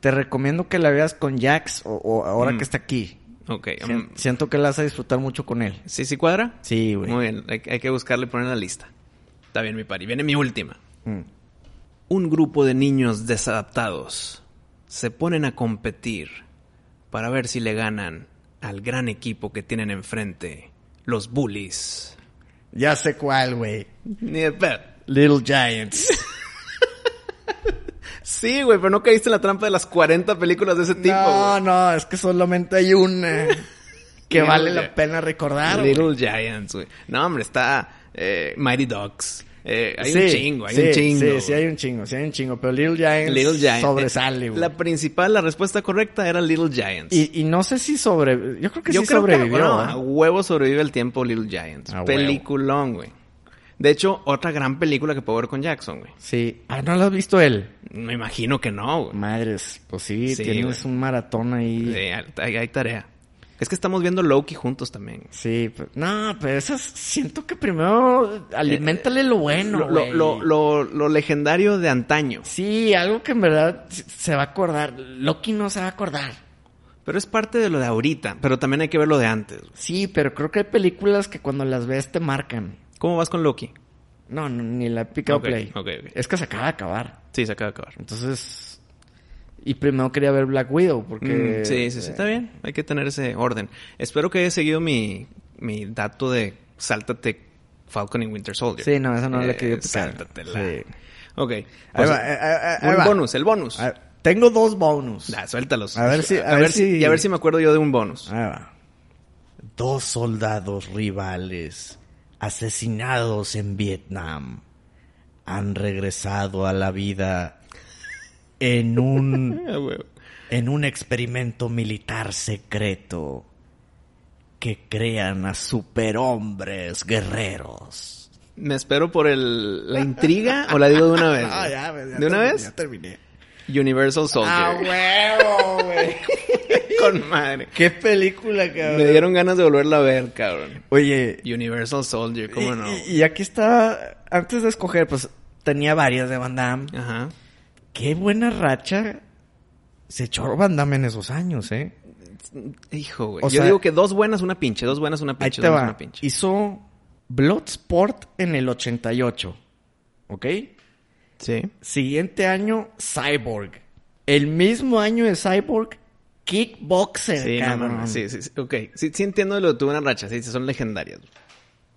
B: Te recomiendo que la veas con Jax o, o ahora
D: Mm.
B: que está aquí.
D: Ok.
B: Si-
D: mm,
B: Siento que la vas a disfrutar mucho con él.
D: ¿Sí, sí cuadra?
B: Sí, güey.
D: Muy bien, hay, hay que buscarle y ponerla en la lista. Está bien, mi pari. Viene mi última.
B: Mm.
D: Un grupo de niños desadaptados se ponen a competir para ver si le ganan al gran equipo que tienen enfrente, los bullies.
B: Ya sé cuál, güey.
D: Ni de pedo.
B: Little Giants.
D: Sí, güey, pero no caíste en la trampa de las 40 películas de ese tipo.
B: no,
D: güey.
B: no, es que solamente hay una que
D: Little
B: vale la
D: Giants.
B: pena recordar. güey.
D: Little Giants, güey. No, hombre, está eh, Mighty Dogs. Eh, hay un
B: Sí,
D: chingo, hay
B: sí,
D: un chingo.
B: Sí, sí,
D: güey.
B: hay un chingo, sí hay un chingo. Pero Little Giants,
D: Little Giants.
B: sobresale, güey.
D: La principal, la respuesta correcta era Little Giants.
B: Y, y no sé si sobre... Yo creo que sí
D: creo que,
B: sobrevivió.
D: bueno,
B: ¿eh?
D: a huevo sobrevive el tiempo Little Giants.
B: A huevo.
D: Peliculón, güey. De hecho, otra gran película que puedo ver con Jackson, güey.
B: Sí. Ah, ¿no lo has visto él?
D: Me imagino que no, güey.
B: Madres. Pues sí,
D: Sí,
B: tienes
D: güey.
B: un maratón ahí. Sí.
D: Sí, hay, hay tarea. Es que estamos viendo Loki juntos también.
B: pe- pues, no, pero esas... Siento que primero alimentale lo bueno,
D: Eh, Lo-
B: güey.
D: lo, lo- lo- lo legendario de antaño.
B: Sí, algo que en verdad se- se va a acordar. Loki no se va a acordar.
D: Pero es parte de lo de ahorita. Pero también hay que ver lo de antes. güey.
B: Sí, pero creo que hay películas que cuando las ves te marcan.
D: ¿Cómo vas con Loki?
B: No, no, ni la he picado
D: Ok,
B: play.
D: ok, ok.
B: Es que se acaba de acabar.
D: Sí, se acaba de acabar.
B: Entonces. Y primero quería ver Black Widow, porque. eh,
D: Mm, sí, sí, sí, está bien. Hay que tener ese orden. Espero que hayas seguido mi, mi dato de sáltate Falcon y Winter Soldier. Eh,
B: Sí, no, esa no la quería tocar.
D: Sáltatela.
B: Sí.
D: Ok.
B: Ahí
D: Pues,
B: va, eh, eh, eh,
D: un
B: ahí va.
D: bonus, el bonus.
B: A- tengo dos bonus.
D: Nah, suéltalos.
B: A ver si- a ver si- Ah.
D: y a ver si me acuerdo yo de un bonus.
B: Ahí va. Dos soldados rivales asesinados en Vietnam han regresado a la vida en un
D: Ah, huevo.
B: en un experimento militar secreto que crean a superhombres guerreros.
D: Me espero por el, la intriga o la digo de una vez.
B: Ah,
D: güey?
B: ya, ya
D: ¿De una
B: terminé,
D: vez?
B: Ya terminé.
D: Universal Soldier.
B: ¡Ah, huevo, güey!
D: Con madre.
B: ¡Qué película, cabrón!
D: Me dieron ganas de volverla a ver, cabrón.
B: Oye,
D: Universal Soldier, ¿cómo
B: y-
D: no?
B: y, y aquí está... Antes de escoger, pues, tenía varias de Van Damme.
D: Ajá.
B: ¡Qué buena racha se echó Van Damme en esos años, eh!
D: Hijo, güey.
B: O
D: Yo
B: sea-
D: digo que dos buenas, una pinche. Dos buenas, una
B: Ahí
D: pinche.
B: te
D: Dos buenas,
B: va.
D: una pinche.
B: Hizo Bloodsport en el 88. ¿Ok?
D: Sí.
B: Siguiente año, Cyborg. El mismo año de Cyborg, Kickboxer,
D: Sí, no
B: cabrón.
D: mames. Sí, sí, sí. Ok. Sí, sí entiendo lo de tuvo una racha. Sí, sí, son legendarias. güey.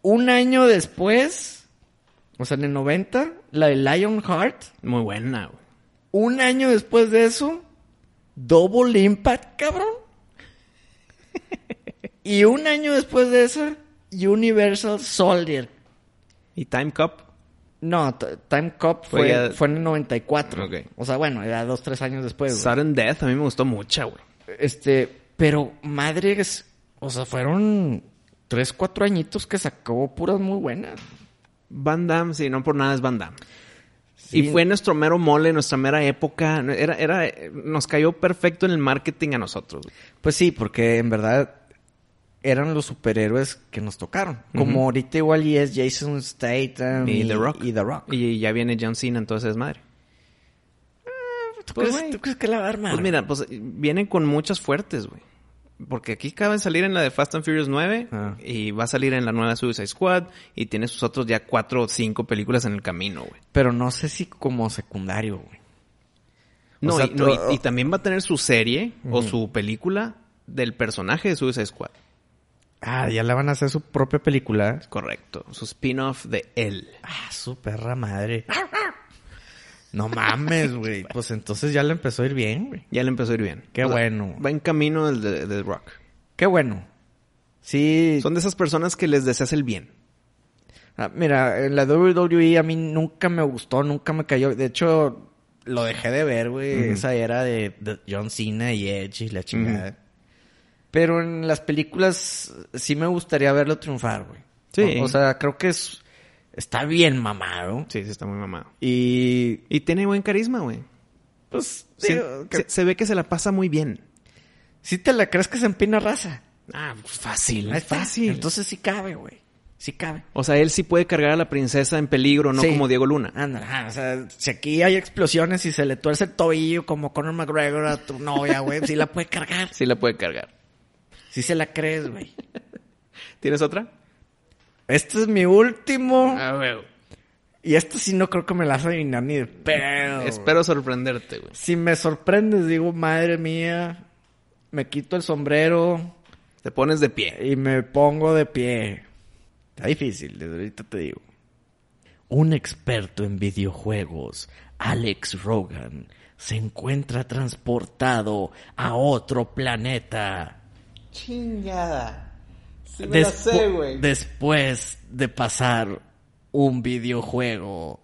B: Un año después, o sea, en el 90, la de Lionheart.
D: Muy buena, güey.
B: Un año después de eso, Double Impact, cabrón. Y un año después de esa, Universal Soldier.
D: ¿Y Time Cup?
B: No, T- Time Cup
D: Fue
B: fue,
D: ya-
B: fue en el 94.
D: Ok.
B: O sea, bueno, ya dos, tres años después. güey.
D: Sudden Death a mí me gustó mucho, güey.
B: Este, pero madres, o sea, fueron tres, cuatro añitos que sacó puras muy buenas.
D: Van Damme, sí, no por nada es Van Damme.
B: Sí.
D: Y fue nuestro mero mole, nuestra mera época. Era, era, eh, nos cayó perfecto en el marketing a nosotros. güey.
B: Pues sí, porque en verdad eran los superhéroes que nos tocaron. Como
D: Ujú.
B: ahorita igual y es Jason Statham
D: Y, The Rock.
B: Y The Rock.
D: Y ya viene John Cena, entonces es madre.
B: ¿Tú,
D: Pues,
B: crees,
D: güey.
B: tú crees que la va a armar?
D: eh, Pues mira, pues vienen con muchas fuertes, güey. Porque aquí acaba de salir en la de Fast and Furious 9
E: Ah.
D: y va a salir en la nueva Suicide Squad y tiene sus otros ya cuatro o cinco películas en el camino, güey.
E: Pero no sé si como secundario, güey.
D: No,
E: sea,
D: y, no, y-
E: to-
D: y también va a tener su serie o su película del personaje de Suicide Squad.
E: Ah, ya la van a hacer su propia película.
D: Correcto. Su spin-off de él.
E: Ah, su perra madre. No mames, güey. Pues entonces ya le empezó a ir bien, güey.
D: Ya le empezó a ir bien.
E: Qué bueno.
D: Va en camino el de, de Rock.
E: Qué bueno. Sí.
D: Son de esas personas que les deseas el bien.
E: Ah, mira, en la WWE a mí nunca me gustó, nunca me cayó. De hecho, lo dejé de ver, güey. Esa era de, de John Cena y Edge y la chingada. Pero en las películas sí me gustaría verlo triunfar, güey.
D: Sí.
E: O, o sea, creo que es, está bien mamado.
D: Sí, sí, está muy mamado.
E: Y
D: Y tiene buen carisma, güey.
E: pues
D: Se,
E: digo, que-
D: se- se ve que se la pasa muy bien.
E: si te la crees que se empina raza.
D: Ah, fácil.
E: Ahí
D: Es
E: está.
D: fácil.
E: Entonces sí cabe, güey. Sí cabe.
D: o sea, él sí puede cargar a la princesa en peligro, no
E: Sí.
D: como Diego Luna.
E: Ándale, ajá, o sea, si aquí hay explosiones y se le tuerce el tobillo como Conor McGregor a tu novia, güey, sí la puede cargar.
D: Sí la puede cargar.
E: Sí se la crees, güey.
D: ¿Tienes otra?
E: Este es mi último.
D: A ver.
E: Y este sí no creo que me la vas a adivinar ni de
D: Oh.
E: pedo. güey.
D: Espero sorprenderte, güey.
E: Si me sorprendes, digo, madre mía, me quito el sombrero
D: Te pones de pie.
E: y me pongo de pie. Está difícil, desde ahorita te digo. Un experto en videojuegos, Alex Rogan, se encuentra transportado a otro planeta.
B: Chingada. Sí
E: Despu- Después de pasar un videojuego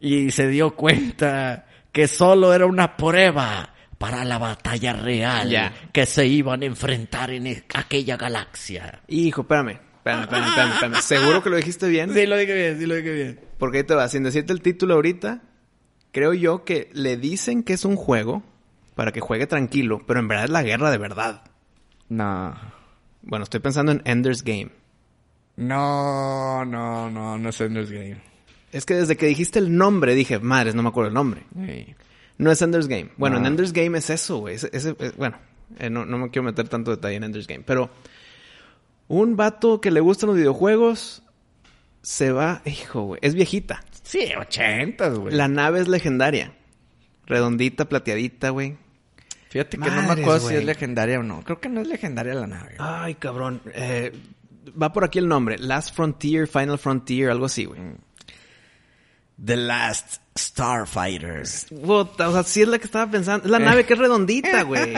E: y se dio cuenta que solo era una prueba para la batalla real
D: Ya.
E: que se iban a enfrentar en e- aquella galaxia.
D: Hijo, espérame. Espérame, espérame, espérame, espérame. Seguro que lo dijiste bien.
E: lo dije bien, sí lo dije bien.
D: Porque ahí te va. Sin decirte el título ahorita, creo yo que le dicen que es un juego para que juegue tranquilo, pero en verdad es la guerra de verdad.
E: No.
D: Bueno, estoy pensando en Ender's Game.
E: No, no, no, no es Ender's Game.
D: Es que desde que dijiste el nombre dije, madres, no me acuerdo el nombre. No es Ender's Game. Bueno,
E: Ah.
D: en Ender's Game es eso, güey. Ese- ese- eh, bueno, eh, no, no me quiero meter tanto detalle en Ender's Game. Pero un vato que le gustan los videojuegos se va... Hijo, güey. Es viejita.
E: Sí, ochentas, güey.
D: La nave es legendaria. Redondita, plateadita, güey.
E: Fíjate que no
D: Madres,
E: me acuerdo si
D: güey.
E: es legendaria o no. Creo que no es legendaria la nave. güey.
D: Ay, cabrón. Eh, va por aquí el nombre. Last Frontier, Final Frontier, algo así, güey.
E: The Last Starfighters.
D: Puta, o sea, sí es la que estaba pensando.
E: Eh.
D: Es la nave que es redondita, güey.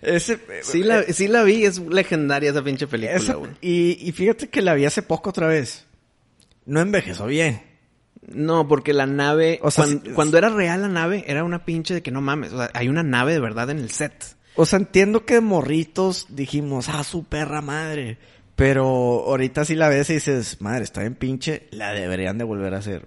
E: Ese,
D: Sí la, sí la vi, es legendaria esa pinche película,
E: Esa-
D: güey.
E: y, y fíjate que la vi hace poco otra vez. No envejeció bien.
D: No, porque la nave,
E: O sea,
D: cuan- cuando,
E: sí-
D: era real la nave, era una pinche de que no mames. O sea, hay una nave de verdad en el set.
E: O sea, entiendo que de morritos dijimos, ah, su perra madre. Pero ahorita sí la ves y dices, madre, está bien pinche, la deberían de volver a hacer.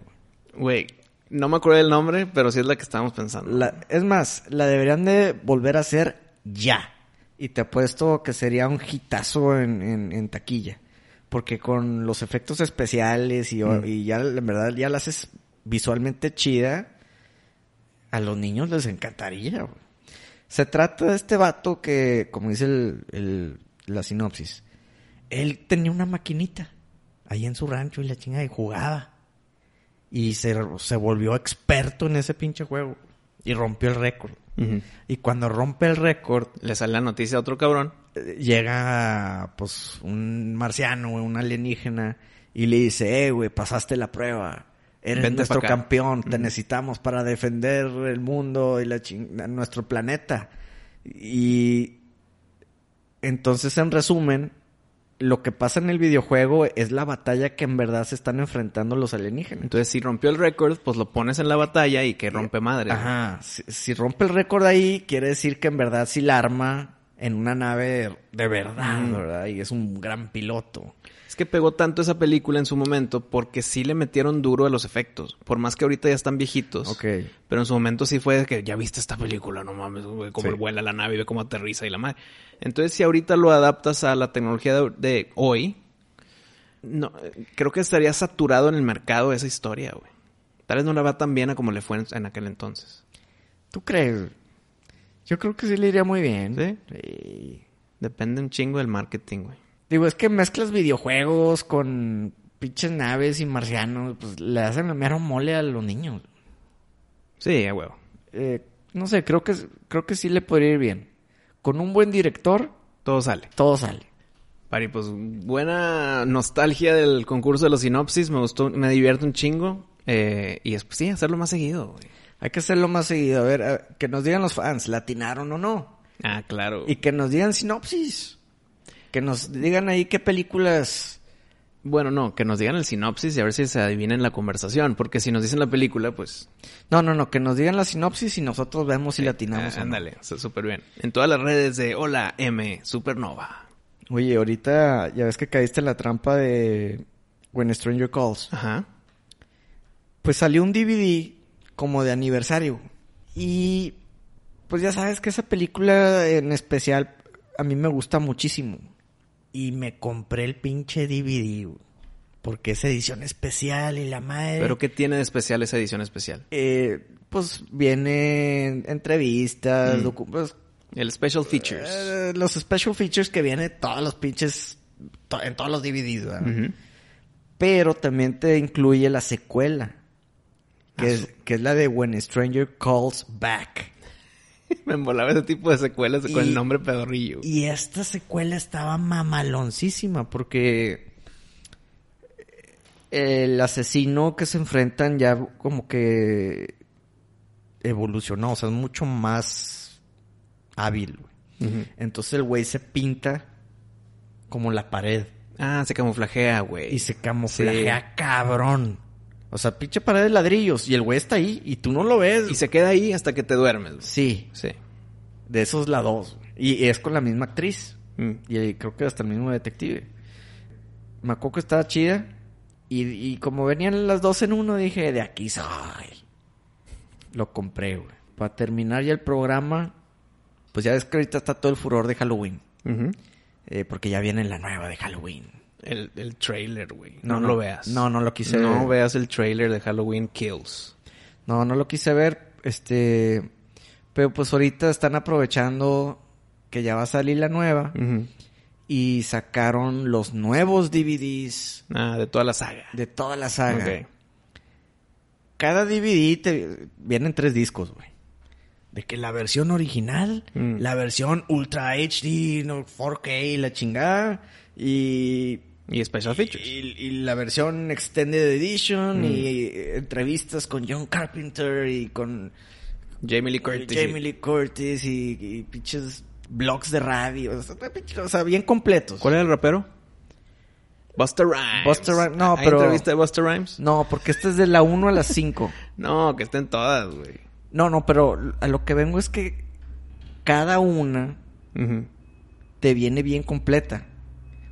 E: güey.
D: Güey, no me acuerdo el nombre, pero sí es la que estábamos pensando.
E: La- es más, la deberían de volver a hacer ya. Y te apuesto que sería un hitazo en, en- en taquilla. Porque con los efectos especiales y, y ya, en verdad, ya la haces visualmente chida. A los niños les encantaría, güey. Se trata de este vato que, como dice el- el- la sinopsis, él tenía una maquinita ahí en su rancho y la chinga y jugaba. Y se, se volvió experto en ese pinche juego. Y rompió el récord.
D: Ujú.
E: Y cuando rompe el récord,
D: Le sale la noticia a otro cabrón.
E: eh, llega pues un marciano, güey, un alienígena, y le dice, eh, güey, pasaste la prueba. Eres
D: Vente
E: nuestro
D: pa' acá".
E: campeón, te necesitamos para defender el mundo y la chin- nuestro planeta. Y entonces, en resumen, lo que pasa en el videojuego es la batalla que en verdad se están enfrentando los alienígenas.
D: Entonces, si rompió el récord, pues lo pones en la batalla y que rompe madre.
E: Ajá, Ah, si, si rompe el récord ahí, quiere decir que en verdad sí la arma en una nave de verdad, ¿verdad? Y es un gran piloto.
D: Es que pegó tanto esa película en su momento porque sí le metieron duro a los efectos. Por más que ahorita ya están viejitos.
E: Ok.
D: Pero en su momento sí fue de que ya viste esta película, no mames, güey, cómo
E: Sí.
D: vuela la nave y ve cómo aterriza y la madre. Entonces, si ahorita lo adaptas a la tecnología de, de hoy, no, eh, creo que estaría saturado en el mercado esa historia, güey. Tal vez no la va tan bien a como le fue en, en aquel entonces.
E: ¿Tú crees? Yo creo que sí le iría muy bien. ¿Sí?
D: Depende un chingo del marketing, güey.
E: Digo, es que mezclas videojuegos con pinches naves y marcianos, pues le hacen el mero mole a los niños.
D: Sí, a huevo.
E: Eh, no sé, creo que, creo que sí le podría ir bien. Con un buen director,
D: Todo sale.
E: todo sale.
D: Pari, pues buena nostalgia del concurso de los sinopsis. Me gustó, me divierto un chingo. Eh, y después sí, hacerlo más seguido, güey.
E: Hay que hacerlo más seguido. A ver, a- que nos digan los fans, ¿latinaron o no?
D: Ah, claro.
E: Y que nos digan sinopsis. Que nos digan ahí qué películas.
D: Bueno, no, que nos digan el sinopsis y a ver si se adivina en la conversación. Porque si nos dicen la película, pues.
E: No, no, no, que nos digan la sinopsis y nosotros vemos si
D: ah,
E: latinamos o no.
D: ándale, o sea, súper bien. En todas las redes de Hola M, Supernova.
E: Oye, ahorita ya ves que caíste en la trampa de When Stranger Calls.
D: Ajá.
E: Pues salió un DVD como de aniversario. Y pues ya sabes que esa película en especial a mí me gusta muchísimo. Y me compré el pinche DVD, güey, porque es edición especial y la madre.
D: Eh. Pero ¿qué tiene de especial esa edición especial?
E: Eh, pues vienen entrevistas,
D: Mm. Pues
E: docu- pues,
D: El Special Features.
E: eh, los special features que vienen todos los pinches to- en todos los DVDs, ¿verdad?
D: Ujú.
E: pero también te incluye la secuela, que,
D: Ah,
E: es, que es la de When a Stranger Calls Back.
D: Me embolaba ese tipo de secuelas con
E: Y-
D: el nombre pedorrillo.
E: Y esta secuela estaba mamaloncísima porque eh, el asesino que se enfrentan ya como que evolucionó, o sea, es mucho más hábil. güey.
D: Ujú.
E: Entonces el güey se pinta como la pared.
D: Ah, se camuflajea, güey.
E: Y se camuflajea cabrón. O sea, pinche pared de ladrillos. Y el güey está ahí y tú no lo ves.
D: Y se queda ahí hasta que te duermes. güey.
E: Sí,
D: Sí.
E: de esos la dos. Y es con la misma actriz.
D: Mm.
E: Y eh, creo que hasta el mismo detective. Me acuerdo que estaba chida. Y, y como venían las dos en uno, dije, de aquí soy. Lo compré, güey. Para terminar ya el programa, pues ya ves que ahorita está todo el furor de Halloween.
D: Ujú.
E: Eh, porque ya viene la nueva de Halloween.
D: el, el trailer, güey.
E: No,
D: No,
E: no.
D: lo veas.
E: No, no lo quise
D: No
E: ver.
D: veas el trailer de Halloween Kills.
E: No, no lo quise ver. Este. Pero pues ahorita están aprovechando que ya va a salir la nueva. Y sacaron los nuevos DVDs
D: Ah, de toda la saga.
E: de toda la saga.
D: Ok.
E: Cada DVD te vienen tres discos, güey. De que la versión original,
D: Mm.
E: la versión Ultra HD, no, 4K, la chingada. Y
D: Y Special Features.
E: y, y la versión Extended Edition
D: Mm.
E: y eh, entrevistas con John Carpenter y con
D: Jamie Lee Curtis.
E: Jamie Lee Curtis y, y pinches blogs de radio. O sea, pinche- o sea, bien completos.
D: ¿Cuál era el rapero? Buster Rhymes.
E: Busta Rhymes, no,
D: ¿Hay
E: pero-
D: entrevista de Buster Rhymes?
E: No, porque este es de la 1 a las 5.
D: No, que estén todas, güey.
E: No, no, pero a lo que vengo es que cada una
D: Ujú.
E: te viene bien completa.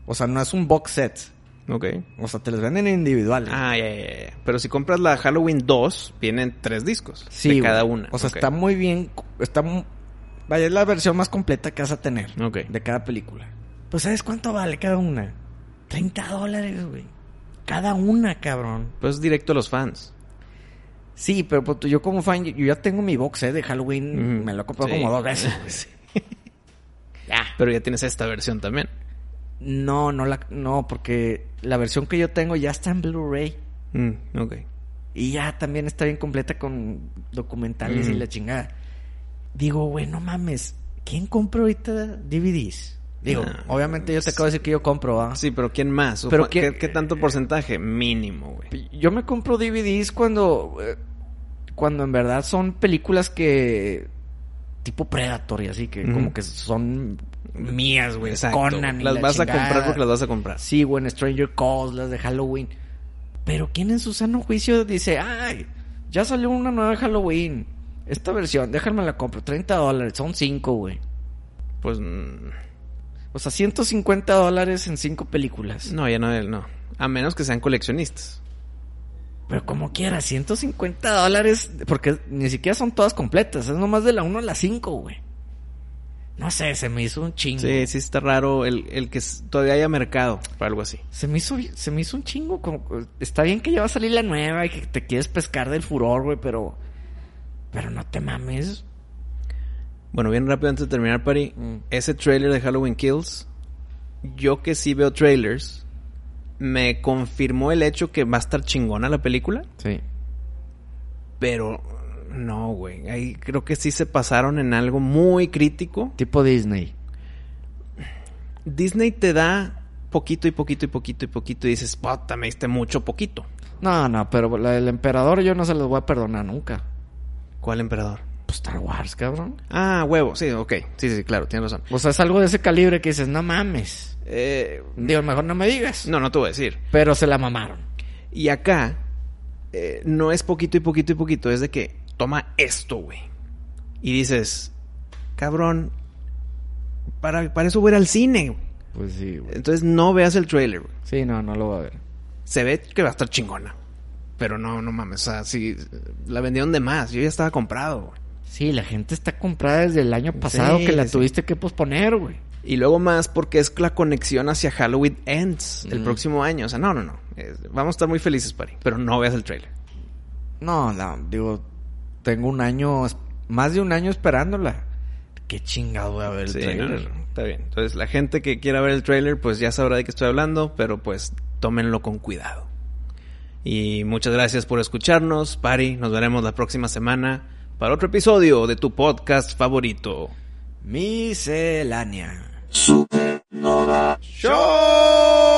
E: O sea, no es un box set.
D: Ok.
E: O sea, te las venden individuales.
D: Ah, ya, ya, ya. Pero si compras la Halloween 2, vienen tres discos.
E: sí,
D: De cada
E: güey.
D: una.
E: O sea,
D: Ok.
E: está muy bien. Está mu- Vaya, es la versión más completa que vas a tener.
D: Ok.
E: De cada película. Pues, ¿sabes cuánto vale cada una? 30 dólares, güey. Cada una, cabrón.
D: Pues directo a los fans.
E: Sí, pero pues, tú- yo como fan, yo ya tengo mi box set de Halloween.
D: Ujú.
E: Mm, Me lo he comprado
D: Sí.
E: como dos veces. güey.
D: Sí.
E: Ya.
D: Pero ya tienes esta versión también.
E: No, no, la, no, porque la versión que yo tengo ya está en Blu-ray.
D: Mm, ok.
E: Y ya también está bien completa con documentales y
D: Ujú.
E: la chingada. Digo, güey, no mames. ¿Quién compra ahorita DVDs? Digo,
D: Nah,
E: obviamente yo te acabo de decir que yo compro, ¿ah?
D: Sí, pero ¿quién más? ¿O
E: Pero
D: cu-
E: ¿quién-
D: ¿qué, qué tanto porcentaje? Mínimo, güey.
E: Yo me compro DVDs cuando. eh, Cuando en verdad son películas que. Tipo Predator y así, que
D: Ujú.
E: como que son mías, güey.
D: Exacto.
E: Conan y
D: las
E: la
D: vas a
E: chingada.
D: comprar porque las vas a comprar.
E: Sí, güey, en Stranger Calls, las de Halloween. Pero ¿quién en su sano juicio dice, ay, ya salió una nueva de Halloween? Esta versión, déjame la compro, 30 dólares, son 5, güey.
D: Pues mm,
E: O sea, 150 dólares en 5 películas.
D: no, ya no, no. A menos que sean coleccionistas.
E: Pero como quiera, 150 dólares, porque ni siquiera son todas completas, es nomás de la 1 a la 5, güey. No sé, se me hizo un chingo.
D: Sí, sí está raro el, el que s- todavía haya mercado para algo así.
E: Se me hizo, se me hizo un chingo. como- está bien que ya va a salir la nueva y que te quieres pescar del furor, güey, pero. Pero no te mames.
D: Bueno, bien rápido antes de terminar, Pari.
E: Mm.
D: Ese trailer de Halloween Kills, yo que sí veo trailers, me confirmó el hecho que va a estar chingona la película,
B: Sí.
D: pero no, güey. Ahí creo que sí se pasaron en algo muy crítico.
B: Tipo Disney.
D: Disney te da poquito y poquito y poquito y poquito y dices, puta, me diste mucho poquito.
B: No, no, pero la del emperador yo no se los voy a perdonar nunca.
D: ¿Cuál emperador?
B: Pues Star Wars, cabrón.
D: Ah, huevo, sí, ok. Sí, sí, claro, tienes razón.
B: O sea, es algo de ese calibre que dices, no mames.
D: Eh,
B: Digo, mejor no me digas.
D: no, no te voy a decir.
B: Pero se la mamaron.
D: Y acá eh, no es poquito y poquito y poquito, es de que toma esto, güey. Y dices, cabrón, para, para eso voy a ir al cine. güey".
B: Pues sí, güey.
D: Entonces no veas el trailer, güey.
B: Sí, no, no lo va a ver.
D: Se ve que va a estar chingona. Pero no, no mames, o sea, sí, la vendieron de más. Yo ya estaba comprado, güey.
B: Sí, la gente está comprada desde el año pasado
D: Sí,
B: que la
D: sí.
B: tuviste que posponer, güey.
D: Y luego más porque es la conexión hacia Halloween Ends el
B: Mm.
D: próximo año. O sea, no, no, no. Es- vamos a estar muy felices, Pari. Pero no veas el trailer.
B: No, no, digo, tengo un año, más de un año esperándola. Qué chingado voy a ver el
D: Sí,
B: trailer.
D: no, no, Está bien. Entonces, la gente que quiera ver el trailer, pues ya sabrá de qué estoy hablando, pero pues tómenlo con cuidado. Y muchas gracias por escucharnos, Pari. Nos veremos la próxima semana para otro episodio de tu podcast favorito.
B: Miscelánea.
E: Supernova.
D: ¡Show!